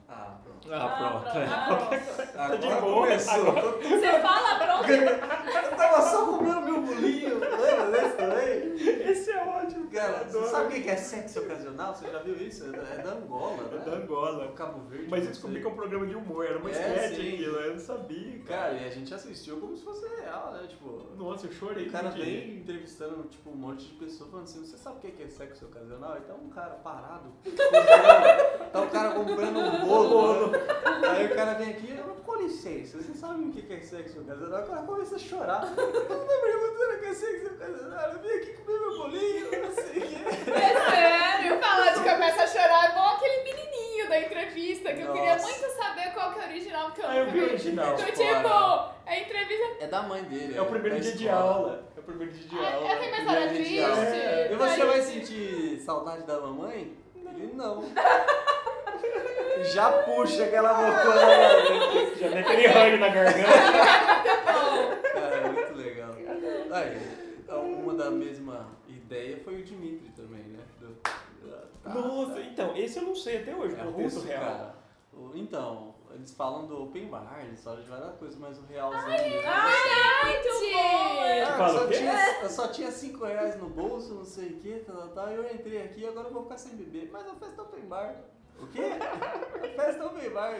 S4: Ah, pronto.
S1: é.
S5: Ah, pronto.
S4: Agora
S1: Tá de boa,
S4: começou.
S5: Você fala pronto.
S4: Eu tava só comendo meu bolinho. Lembra desse também?
S1: Esse é ótimo,
S4: Cara, você
S1: Adoro.
S4: sabe o que que é sexo ocasional? Você já viu isso? É da- é da Angola,
S1: É
S4: né?
S1: da Angola.
S4: Cabo Verde.
S1: Mas
S4: não
S1: eu descobri
S4: sei.
S1: que é um programa de humor, era uma
S4: É,
S1: sketch
S4: sim.
S1: aquilo, eu não sabia,
S4: Cara,
S1: cara.
S4: e a gente assistiu como se fosse real, né? Tipo,
S1: Nossa, eu chorei.
S4: o cara
S1: com aquilo.
S4: vem entrevistando tipo, um monte de pessoa falando assim, você sabe o que que é sexo ocasional? Então um cara parado, comprando, tá o cara comprando um bolo. né? Aí o cara vem aqui, eu, com licença, você sabe o que que é sexo ocasional? O cara começa a chorar. Eu não tô perguntando o que é sexo ocasional, eu vim aqui comer meu bolinho, não sei o que.
S3: É sério. Falar de começa a chorar é bom aquele menininho da entrevista que eu queria
S4: Nossa.
S3: muito saber qual que é o original, porque eu
S1: Ah, eu
S3: nunca
S1: vi o original.
S3: Então,
S4: Fora.
S3: tipo, a entrevista...
S4: É da mãe dele.
S1: É o primeiro dia de aula. É o primeiro dia de
S3: Ah,
S1: aula.
S3: eu tenho mais hora
S4: Primeiro
S3: triste.
S4: dia de aula. É, E você
S3: mas-
S4: vai sentir saudade da mamãe? Ele não. Já puxa aquela né? bocona.
S1: Já tem aquele ranho na garganta.
S4: Cara, é muito legal. Aí, então, uma da mesma ideia foi o Dimitri também, né? Do- da- da-
S1: Nossa, então, esse eu não sei até hoje,
S4: é
S1: o contexto
S4: russo,
S1: real.
S4: cara. O- Então, Eles falam do open bar, eles falam de várias coisas, mas o realzão. mesmo.
S2: Muito bom!
S4: Ah,
S1: Fala
S4: eu,
S1: o
S4: só
S1: quê?
S4: tinha, eu só tinha 5 reais no bolso, não sei o que, tal, tal, tal. tá. Eu entrei aqui e agora eu vou ficar sem beber. Mas a festa é open bar. O quê? A festa é open bar.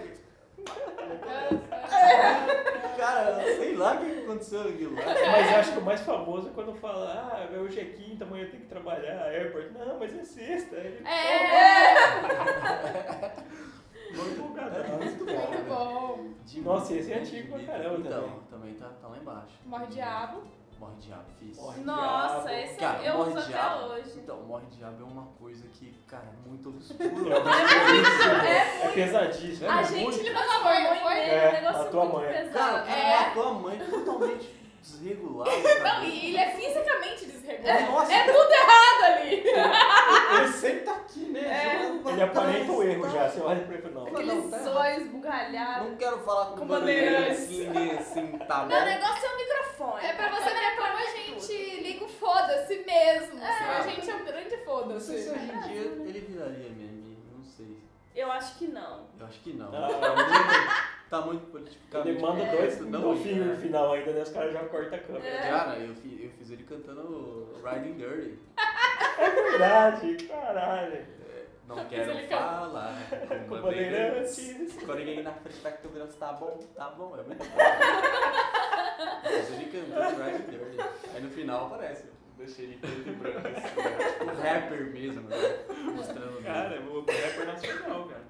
S4: Cara, eu sei lá o que que aconteceu né? naquilo lá.
S1: Mas eu acho que o mais famoso é quando fala, ah, hoje é quinta, amanhã eu tenho que trabalhar. Aí eu falo, não, mas é sexta. Aí ele,
S3: É,
S1: "Pô, tô empolgadão."
S4: Era muito bom.
S3: muito
S4: né?
S3: bom.
S4: De-
S1: Nossa, esse é
S4: de-
S1: antigo pra
S4: de-
S1: caramba
S4: Então, também tá, tá lá embaixo.
S3: Morre diabo.
S4: Morre diabo, fiz.
S1: Morre
S2: Nossa,
S1: diabo.
S2: esse
S4: Cara,
S2: eu
S4: morre
S2: uso até
S4: diabo.
S2: hoje.
S4: Então, morre diabo é uma coisa que, cara, é muito
S1: É,
S4: obscura.
S1: muito- é pesadíssimo.
S4: É
S2: A gente
S4: muito.
S2: levou a mãe, não foi?
S1: É,
S2: um negócio
S1: a tua
S2: muito
S1: mãe.
S4: Cara, o
S2: pesado.
S4: cara
S3: É.
S4: matou a mãe totalmente desregulado.
S2: Não,
S4: cara.
S2: e ele é fisicamente desregulado.
S4: Nossa,
S2: É tudo errado ali.
S4: ele sempre tá aqui,
S2: É.
S4: né? Jogando pra
S1: Ele aparenta o
S4: trás,
S1: erro
S4: tá?
S1: já, você olha pra ele e fala, não.
S4: Não,
S2: Aqueles
S4: tá
S2: olhos bugalhados.
S4: Não quero falar com
S2: Com
S4: bandeira
S2: bandeirantes.
S4: assim, ninguém assim, tá bom?
S2: Meu negócio é o microfone.
S3: É pra você
S2: A
S3: ver
S2: câmera
S3: como a
S2: pode tudo.
S3: gente liga o foda-se mesmo.
S2: É,
S3: sabe?
S2: a gente é um grande
S4: Não sei se
S2: foda-se.
S4: hoje em dia ele viraria meme, não sei.
S2: Eu acho que não.
S4: Eu acho que não.
S1: Não.
S4: Tá muito- Tá muito politificado. É,
S1: Ele manda dois
S4: não. é.
S1: no fim no final ainda, né? Os caras já cortam a câmera. É,
S4: Cara, eu fiz, eu fiz ele cantando Riding Dirty.
S1: verdade, caralho.
S4: É, Não quero
S2: ele cantando.
S4: falar
S1: Com
S4: com bandeirantes.
S1: bandeirantes.
S4: Quando ninguém na frente da câmera, tá bom, tá bom, é muito bom. Mas ele cantando Riding Dirty. Aí no final aparece. Deixei ele preto e branco. assim, né? Tipo rapper mesmo, né? Mostrando.
S1: Cara, eu vou rapper nacional, cara.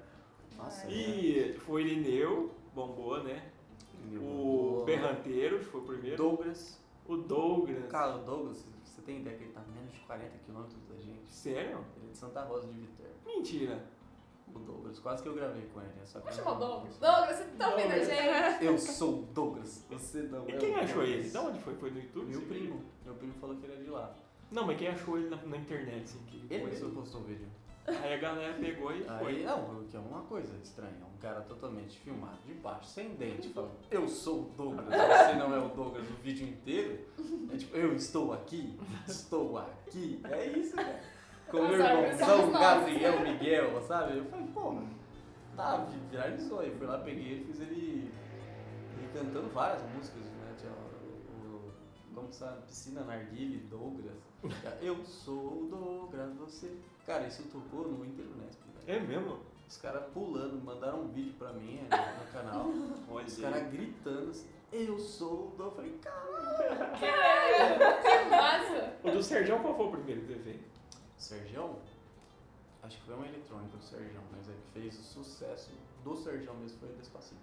S4: Nossa, né?
S1: E foi Lineu, bombou, né?
S4: meu
S1: O
S4: Deus.
S1: Berranteiro foi o primeiro.
S4: Douglas.
S1: O Douglas.
S4: Cara, o Douglas, você tem ideia que ele tá a menos de 40 quilômetros da gente?
S1: Sério?
S4: Ele é de Santa Rosa de Vitória.
S1: Mentira.
S4: O Douglas, quase que eu gravei com ele. é Só que
S3: Vamos
S4: eu
S3: chamar o
S4: não-
S3: Douglas. Douglas, você tá ouvindo a
S1: Douglas.
S3: gente?
S4: Eu sou o Douglas, você não.
S1: E
S4: é
S1: quem
S4: o
S1: achou
S4: Douglas.
S1: ele? Então De onde foi? Foi no YouTube?
S4: Meu
S1: esse vídeo?
S4: primo. Meu primo falou que ele é de lá.
S1: Não, mas quem achou ele na, na internet, assim, que
S4: Ele
S1: começou-
S4: mesmo postou o vídeo.
S1: Aí a galera pegou e
S4: Aí,
S1: foi.
S4: não, o que é uma coisa estranha. Um cara totalmente filmado de baixo, sem dente, falando Eu sou o Douglas, você não é o Douglas o vídeo inteiro. É tipo, eu estou aqui, estou aqui. É isso, cara. Com
S3: As
S4: meu
S3: árvores
S4: irmãozão
S3: somos nós.
S4: Gabriel Miguel, sabe? Eu falei, pô, tá, viralizou. Aí fui lá, peguei ele, fiz ele, ele cantando várias músicas, né? Tinha o, o, como sabe, Piscina Narguile, Douglas. Eu sou o Douglas, você. Cara, isso tocou no né? Interunesp, velho.
S1: É mesmo?
S4: Os caras pulando, mandaram um vídeo pra mim né, no canal.
S1: Olha
S4: Os
S1: aí.
S4: caras gritando assim, eu sou o Douglas. Eu falei, cara,
S3: Que massa.
S1: O do Sergião qual foi o primeiro que você fez?
S4: Sergião? Acho que foi uma eletrônica do Sergião, mas é que fez o sucesso do Sergião mesmo foi o Despacito.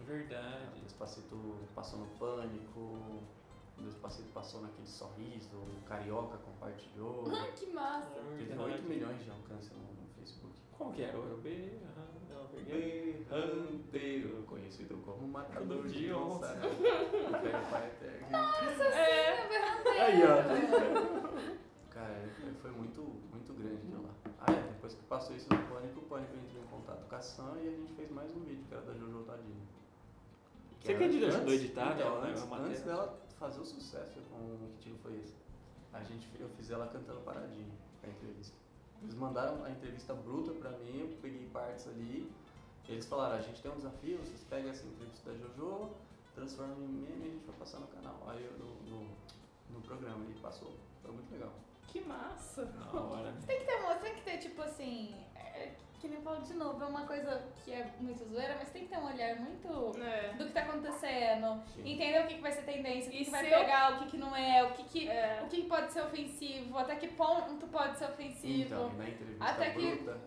S4: É
S1: Verdade.
S4: O Despacito passou no Pânico, o Despacito passou naquele sorriso, o Carioca compartilhou.
S3: Ai, Que massa.
S4: Teve 8 milhões de alcance no, no Facebook.
S1: Como que é? era? Ouro B? aham, Não, peguei.
S4: Berranteiro, conhecido como Um Matador
S1: De
S4: de
S1: Onça.
S4: Onça. né? O velho pai eterno.
S3: É.
S1: Aí, ó.
S4: Cara, é, foi muito, muito grande de lá. Ah, é, depois que passou isso no Pânico, o Pânico entrou em contato com a Sam e a gente fez mais um vídeo, que era da Jojo Tadinho.
S1: Você que
S4: era
S1: ajudou a
S4: antes-
S1: editar, né,
S4: então,
S1: a
S4: antes,
S1: matéria.
S4: antes dela fazer o sucesso com o que tiro foi esse. A gente, eu fiz ela cantando paradinha pra entrevista. Eles mandaram a entrevista bruta pra mim, eu peguei partes ali. Eles falaram, a gente tem um desafio, vocês pegam essa entrevista da Jojo, transformam em meme e a gente vai passar no canal. Aí eu, no, no, no programa ele passou. Foi muito legal.
S2: Que massa.
S1: Na hora.
S4: né?
S3: Tem que ter, uma- tem que ter, tipo assim. é, que nem eu falo de novo, é uma coisa que é muito zoeira, mas tem que ter um olhar muito
S2: É.
S3: do que tá acontecendo.
S4: Sim.
S3: Entender o que, que vai ser tendência, o que,
S2: E
S3: que vai
S2: se eu-
S3: pegar, o que, que não é, o que, que,
S2: É.
S3: o que, que pode ser ofensivo, até que ponto pode ser ofensivo.
S4: Então, e na entrevista
S3: Até que-
S4: bruta,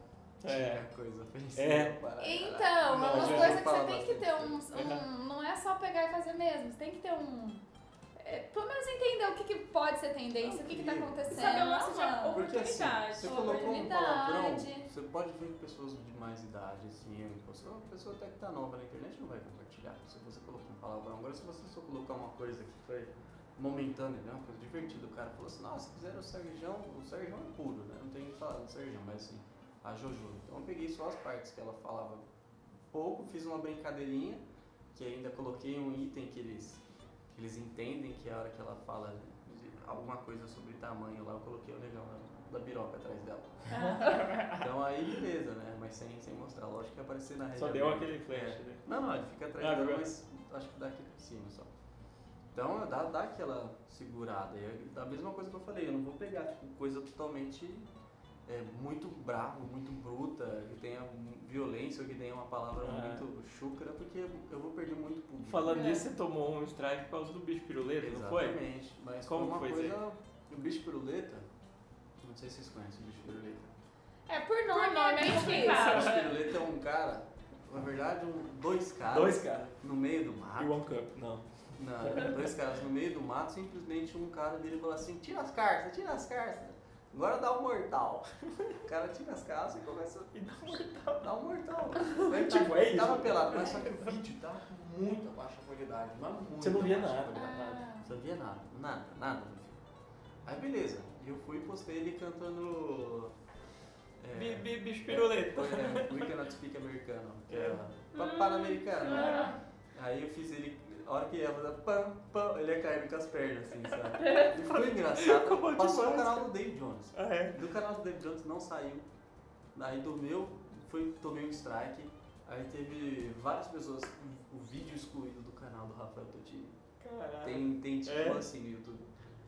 S1: É.
S4: tinha coisa ofensiva.
S1: É.
S4: para
S3: Então, é
S4: caralho.
S3: uma
S1: Mas eu
S3: coisa
S4: vou
S3: que você
S4: falar
S3: tem que ter um,
S1: Verdade.
S3: um- Não é só pegar e fazer mesmo. Você tem que ter um. é, pelo menos entender o que, que pode ser tendência, o que, que tá
S4: Sabe,
S3: acontecendo.
S2: Sabe, o lance de
S3: mano.
S4: Porque assim,
S2: oportunidade.
S4: você colocou um palavrão,
S3: oportunidade.
S4: você pode ver que pessoas de mais idade, assim, uma pessoa, uma pessoa até que tá nova na internet não vai compartilhar. Se você colocou um palavrão, agora se você só colocar uma coisa que foi momentânea, né, uma coisa divertida, o cara falou assim, nossa, fizeram o Sergião, o Sergião é puro, né, não tem o que falar do Sergião, mas assim, a Jojo. Então eu peguei só as partes que ela falava pouco, fiz uma brincadeirinha, que ainda coloquei um item que eles, que eles entendem, que é a hora que ela fala, né, de, alguma coisa sobre tamanho lá, eu coloquei o negão da- da biroca atrás dela. Então aí beleza, né? Mas sem, sem mostrar, lógico que ia aparecer na rede.
S1: Só deu
S4: aberta.
S1: aquele flash, né?
S4: Não, não, ele fica atrás
S1: Ah,
S4: dela,
S1: fica.
S4: mas acho que dá aqui pra cima só. Então dá, dá aquela segurada. E é a mesma coisa que eu falei, eu não vou pegar tipo, coisa totalmente é, muito bravo, muito bruta, que tenha violência ou que tenha uma palavra
S1: Ah.
S4: muito chucra, porque eu vou perder muito público.
S1: Falando
S2: É.
S1: nisso, você tomou um strike por causa do bicho piruleta, não foi?
S4: Exatamente. Mas
S1: Como
S4: foi uma
S1: foi,
S4: coisa. O bicho piruleta. Não sei se vocês conhecem o bicho piruleta.
S3: É, por
S2: Por
S3: nome,
S2: nome
S3: é
S2: é
S3: bem
S4: O
S2: complicado.
S3: difícil.
S4: bicho piruleta é um cara, na verdade, um- dois caras
S1: Dois caras.
S4: no meio do mato.
S1: E One Cup, não.
S4: Ah, Não, dois caras no meio do mato, simplesmente um cara dele fala assim, tira as carças, tira as carças. Agora dá um mortal. O cara tira as calças e começa
S1: E dá uma
S4: a dar um mortal. Ele
S1: Tipo,
S4: tava,
S1: é isso?
S4: Tava pelado, mas só que o vídeo tava com muita baixa qualidade. Mas muito
S1: Você não via
S4: baixa
S1: nada.
S4: qualidade.
S1: nada.
S4: Não sabia nada, nada, nada do filme. Aí beleza, eu fui e postei ele cantando. É,
S1: Bi- bi- Bicho piruleta.
S4: é, We Cannot Speak Americano, que é
S2: Hum.
S4: Pan-Americano.
S3: Ah,
S4: né? Aí eu fiz ele, a hora que ela pam, pam, ele ia caindo com as pernas, assim, sabe? E foi
S1: Como
S4: engraçado. Passou no
S1: demais,
S4: canal do Dave Jones.
S1: Ah, é.
S4: Do canal do David Jones não saiu. Aí do meu, foi, tomei um strike. Aí teve várias pessoas, o vídeo excluído do canal do Rafael Totini.
S1: Caralho.
S4: Tem, tem tipo
S1: É?
S4: assim no YouTube.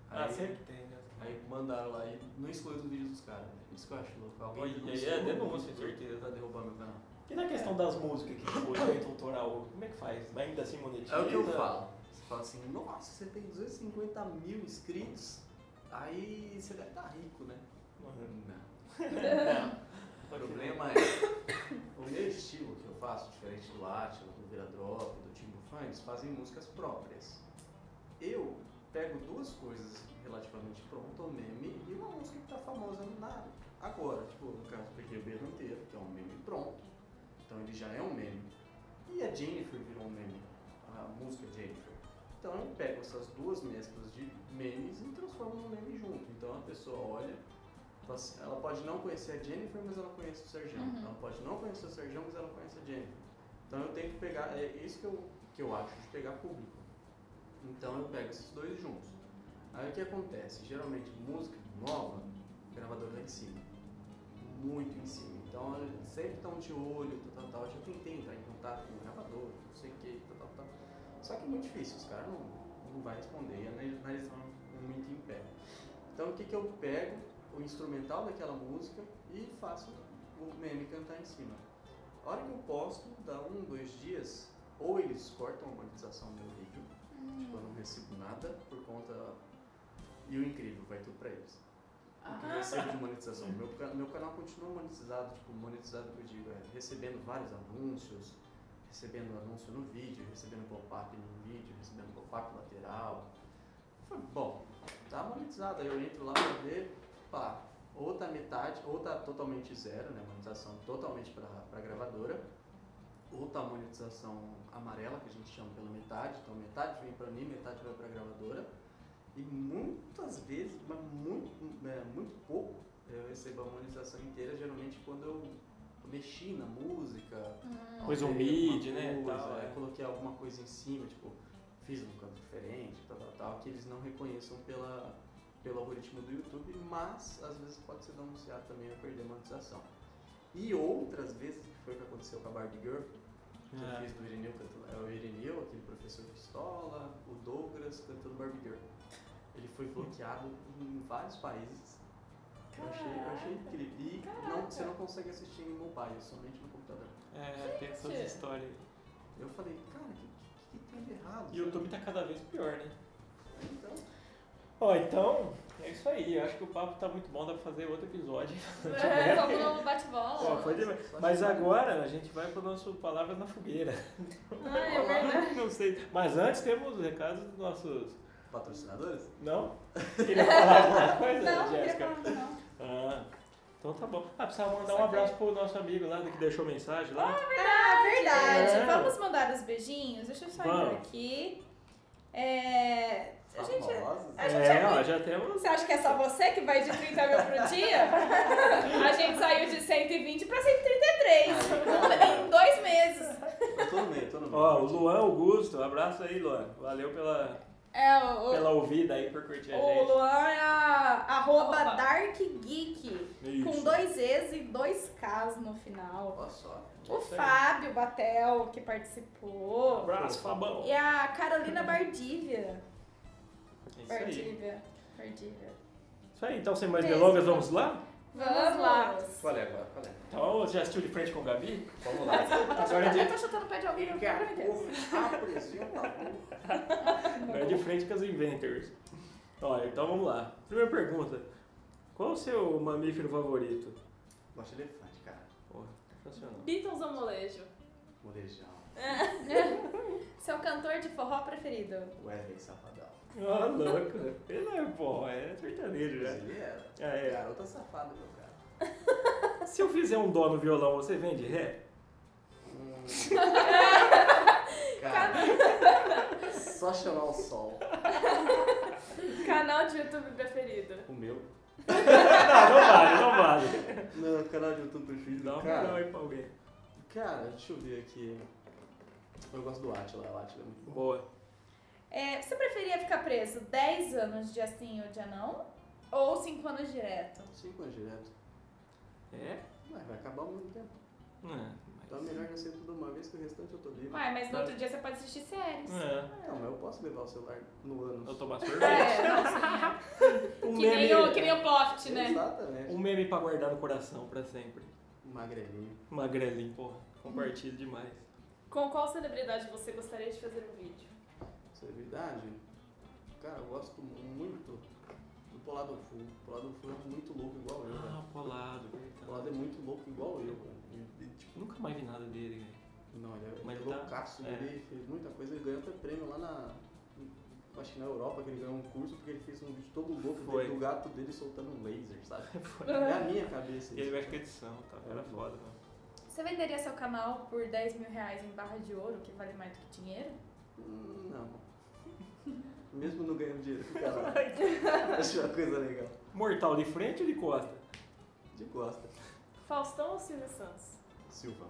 S1: Ah,
S4: Aí-
S1: sempre tem, né?
S4: Aí mandaram lá e não excluiu os vídeos dos caras. velho. Isso que eu acho louco.
S1: Olha,
S4: Alguém
S1: é
S4: o
S1: denúncia,
S4: YouTube
S1: certeza.
S4: Pra derrubar meu canal.
S1: E na questão das músicas que foi direito autoral, como é que faz? Ainda assim monetiza?
S4: É o que eu falo. Você fala assim, nossa, você tem 250 mil inscritos, aí você deve estar rico, né?
S1: Não.
S4: Não. O
S1: Pode
S4: problema é, o meu estilo que eu faço, diferente do Atila, do Vira Drop, do Timbo Fã, eles fazem músicas próprias. Eu pego duas coisas relativamente prontas, um meme e uma música que tá famosa na, agora. Tipo, no caso, peguei o Berranteiro, que é um meme pronto. Então ele já é um meme. E a Jennifer virou um meme. A música Jennifer. Então eu pego essas duas mesclas de memes e transformo num meme junto. Então a pessoa olha, fala assim, ela pode não conhecer a Jennifer, mas ela conhece o Sergião.
S3: Uhum.
S4: Ela pode não conhecer o Sergião, mas ela conhece a Jennifer. Então eu tenho que pegar, é isso que eu, que eu acho de pegar público. Então eu pego esses dois juntos. Aí o que acontece? Geralmente música nova, gravador lá em cima. Muito em cima. Então eles sempre estão de olho, tal, tal, tal. Eu já tentei entrar em contato com o gravador, não sei o que, tal, tal, tal. Só que é muito difícil, os caras não, não vai responder, e a nariz não muito em pé. Então o que, que eu pego? O instrumental daquela música e faço o meme cantar em cima. A hora que eu posto, dá um, dois dias, ou eles cortam a monetização do meu vídeo, tipo, eu não recebo nada por conta. E o incrível, vai tudo pra eles. O
S3: Ah.
S4: que eu recebo de monetização. Meu, ca- meu canal continua monetizado, tipo, monetizado que eu digo, é recebendo vários anúncios, recebendo anúncio no vídeo, recebendo pop-up no vídeo, recebendo pop-up lateral. Falei, bom, tá monetizado. Aí eu entro lá pra ver, pá, ou tá metade, ou tá totalmente zero, né? Monetização totalmente pra, pra gravadora, ou tá monetização amarela, que a gente chama pela metade, então metade vem pra mim, metade vai pra gravadora. E muitas vezes, mas muito, é, muito pouco, eu recebo a monetização inteira, geralmente quando eu mexi na música,
S1: Pôs um
S4: alterei alguma
S1: mid, né,
S4: coisa,
S1: tal,
S4: aí
S1: é.
S4: coloquei alguma coisa em cima, tipo, fiz um canto diferente, tal, tal, tal, que eles não reconheçam pela, pelo algoritmo do YouTube, mas às vezes pode ser denunciado também ou perder a monetização. E outras vezes, que foi o que aconteceu com a Barbie Girl, que
S1: Ah.
S4: eu fiz do Irineu cantando. É o Irineu, aquele professor pistola, o Douglas cantando Barbie Girl. Ele foi bloqueado em vários países. Eu achei, eu achei incrível. E não, você não consegue assistir em mobile, somente no computador.
S1: É, tem essas
S2: Gente.
S1: histórias aí.
S4: Eu falei, cara, o que, que, que tem de errado?
S1: E o YouTube tá cada vez pior, né?
S4: Então,
S1: Ó, então, é isso aí. Eu acho que o papo tá muito bom, dá pra fazer outro episódio. né?
S3: É, vamos no bate-bola.
S4: tá
S1: Ó, foi demais.
S4: um
S1: Mas agora a gente vai pro nosso Palavras na Fogueira.
S3: Ah,
S1: né,
S3: é verdade.
S1: Não sei. Mas antes temos os recados dos nossos.
S4: patrocinadores?
S1: Não? Queria falar alguma coisa,
S3: Não, não queria
S1: Jéssica?
S3: falar, não.
S1: Ah, então tá bom. Ah, precisa mandar um abraço pro nosso amigo lá que deixou mensagem lá.
S5: Ah, verdade.
S1: É.
S5: Vamos mandar os beijinhos? Deixa eu só
S1: Vamos.
S5: entrar aqui. É... A gente...
S4: Famosos?
S5: A gente
S1: é,
S5: é
S1: ó,
S5: muito-
S1: já temos.
S5: Você acha que é só você que vai de 30 mil por dia? A gente saiu de 120 pra 133 em dois meses.
S4: tá Eu tô no meio, tô no meio.
S1: Ó, o Luan Augusto, abraço aí, Luan. Valeu pela,
S3: É, o,
S1: Pela ouvida aí por curtir
S3: o,
S1: a
S3: o
S1: gente.
S3: Luan é a- arroba
S2: Opa.
S3: Dark Geek.
S1: Isso.
S3: Com dois E's e dois Ks no final.
S4: Olha só.
S3: O
S1: Isso aí.
S3: Fábio Batel, que participou.
S1: Abraço, Fabão.
S3: E a Carolina Bardívia.
S1: Isso aí.
S3: Bardívia. Bardívia.
S1: Isso aí, então sem mais
S3: Mesmo.
S1: delongas, vamos lá?
S3: Vamos lá.
S4: Qual é agora? Qual é?
S1: Então, você já assistiu de frente com o Gabi?
S4: Vamos lá.
S1: Agora é
S3: Eu
S1: de,
S3: tô chutando o pé de alguém, eu não quero me dizer.
S4: Porra, apresenta.
S1: agora é de frente com os inventors. Olha, então vamos lá. Primeira pergunta. Qual o seu mamífero favorito?
S4: Gosto de elefante, cara.
S1: Porra, sensacional.
S2: Beatles ou molejo?
S4: Molejão.
S3: Seu cantor de forró preferido.
S4: Wesley Safadão.
S1: Ah, louco. Ele não é bom, é sertanejo já.
S4: Brasileira?
S1: Ah, é.
S4: Garota safada, meu cara.
S1: Se eu fizer um dó no violão, você vende ré?
S4: Hum. cara, só chamar o sol.
S2: Canal de YouTube preferido?
S4: O meu?
S1: Não, Ah, não vale, não vale.
S4: Não, canal de YouTube preferido.
S1: Dá uma moral
S4: cara,
S1: aí pra alguém.
S4: cara, deixa eu ver aqui. Eu gosto do Atila, o Atila é muito bom.
S1: Boa.
S3: É, você preferia ficar preso 10 anos de assim ou de não? Ou 5 anos direto?
S4: Cinco anos direto.
S1: É?
S4: Ué, vai acabar ao mesmo tempo.
S1: Não,
S4: Então é melhor já ser tudo uma vez que o restante eu tô livre.
S3: Ué, mas no outro dia você pode assistir séries.
S1: É,
S4: Não, mas eu posso levar o celular no ânus.
S1: eu tomar sorvete.
S3: É, não, sim, é.
S1: Um
S3: que, nem o, que nem
S1: meme,
S3: o Ploft, né?
S4: Exatamente.
S1: um meme pra guardar no coração pra sempre.
S4: Magrelinho.
S1: Magrelinho, porra. Compartilho demais.
S2: Com qual celebridade você gostaria de fazer um vídeo?
S4: Celebridade? é Cara, eu gosto muito do Polado Full. O Polado Full é muito louco igual eu, velho.
S1: Ah, polado,
S4: O Polado é
S1: verdade.
S4: muito louco igual eu, velho. E- e, tipo,
S1: Nunca mais vi nada dele, velho.
S4: Não, ele é,
S1: Mas
S4: ele é
S1: tá-
S4: loucaço,
S1: é.
S4: ele fez muita coisa, ele ganhou até prêmio lá na. eu Acho que na Europa que ele ganhou um curso porque ele fez um vídeo todo louco
S1: Foi.
S4: dele, do gato dele soltando um laser, sabe?
S1: Foi.
S4: É a minha cabeça.
S1: Ele
S4: isso.
S1: mexe com edição, tá? Era foda, mano.
S3: Você venderia seu canal por 10 mil reais em barra de ouro, que vale mais do que dinheiro?
S4: Hum, Não. Mesmo não ganhando dinheiro, cara. Acho uma coisa legal.
S1: Mortal de frente ou de costa?
S4: De gosta.
S2: Faustão ou Silvio Santos?
S4: Silvão.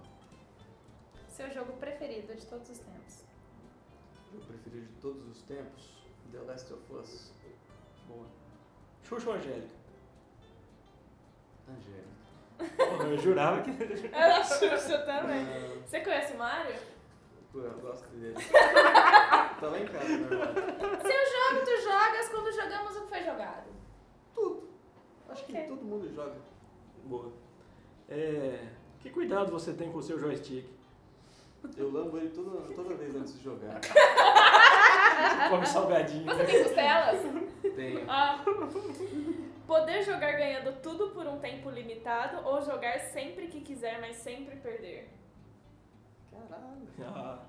S3: Seu jogo preferido de todos os tempos?
S4: Meu preferido de todos os tempos, The Last of Us,
S1: Boa. Xuxa ou Angélica?
S4: Angélica.
S1: Porra, eu jurava que.
S2: Ela é Xuxa também.
S4: Ah,
S2: Você conhece o Mário?
S4: pô, eu gosto dele. tá lá em casa, normal.
S3: Seu jogo tu jogas quando jogamos o que foi jogado.
S4: Tudo. Acho que
S3: Ok.
S4: todo mundo joga.
S1: Boa. É. Que cuidado você tem com o seu joystick?
S4: Eu lambo ele toda, toda vez antes de jogar.
S1: Come salgadinho. né?
S2: Você tem costelas?
S4: Tenho.
S2: Ah. Poder jogar ganhando tudo por um tempo limitado ou jogar sempre que quiser, mas sempre perder.
S4: Caralho.
S1: Ah,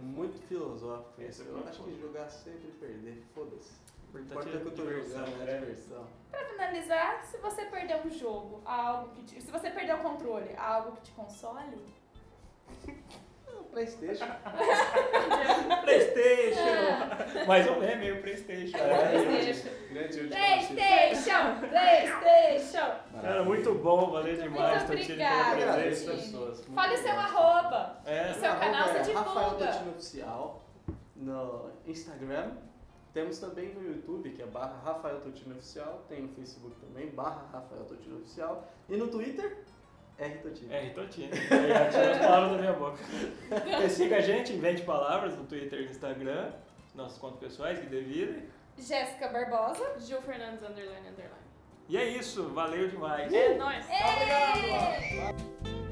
S4: Muito filosófico isso.
S1: Esse
S4: Eu
S1: foi
S4: acho
S1: foda.
S4: que jogar sempre é perder. Foda-se. Importa
S1: importante
S4: é que eu tô
S1: diversão,
S4: jogando,
S1: né?
S4: é diversão.
S3: Pra finalizar, se você perder um jogo, há algo que te... se você perder o controle, há algo que te console?
S4: Ah, Playstation.
S1: Playstation! Mas não é meio Playstation. né?
S4: Grande última
S3: PlayStation! PlayStation!
S1: Cara, muito bom, valeu demais,
S3: Muito
S1: Totini, pela
S3: obrigada,
S1: presença.
S3: Totini.
S4: pessoas. muito
S3: Fale seu
S4: obrigado.
S3: arroba!
S1: É,
S3: Seu canal você
S4: Arroba é Rafael
S3: divulga.
S4: Totino Oficial no Instagram. Temos também no YouTube, que é barra Rafael Totino Oficial. Tem no Facebook também, barra Rafael Totino Oficial. E no Twitter, R Totino.
S1: É, Totini. É, Tira as palavras da minha boca. E siga a gente, invente palavras no Twitter e no Instagram. Nossos contos pessoais, que devidem.
S3: Jéssica Barbosa.
S2: Gil Fernandes
S1: é
S2: underline underline.
S1: E é isso, valeu demais.
S2: É nóis!
S3: Ei!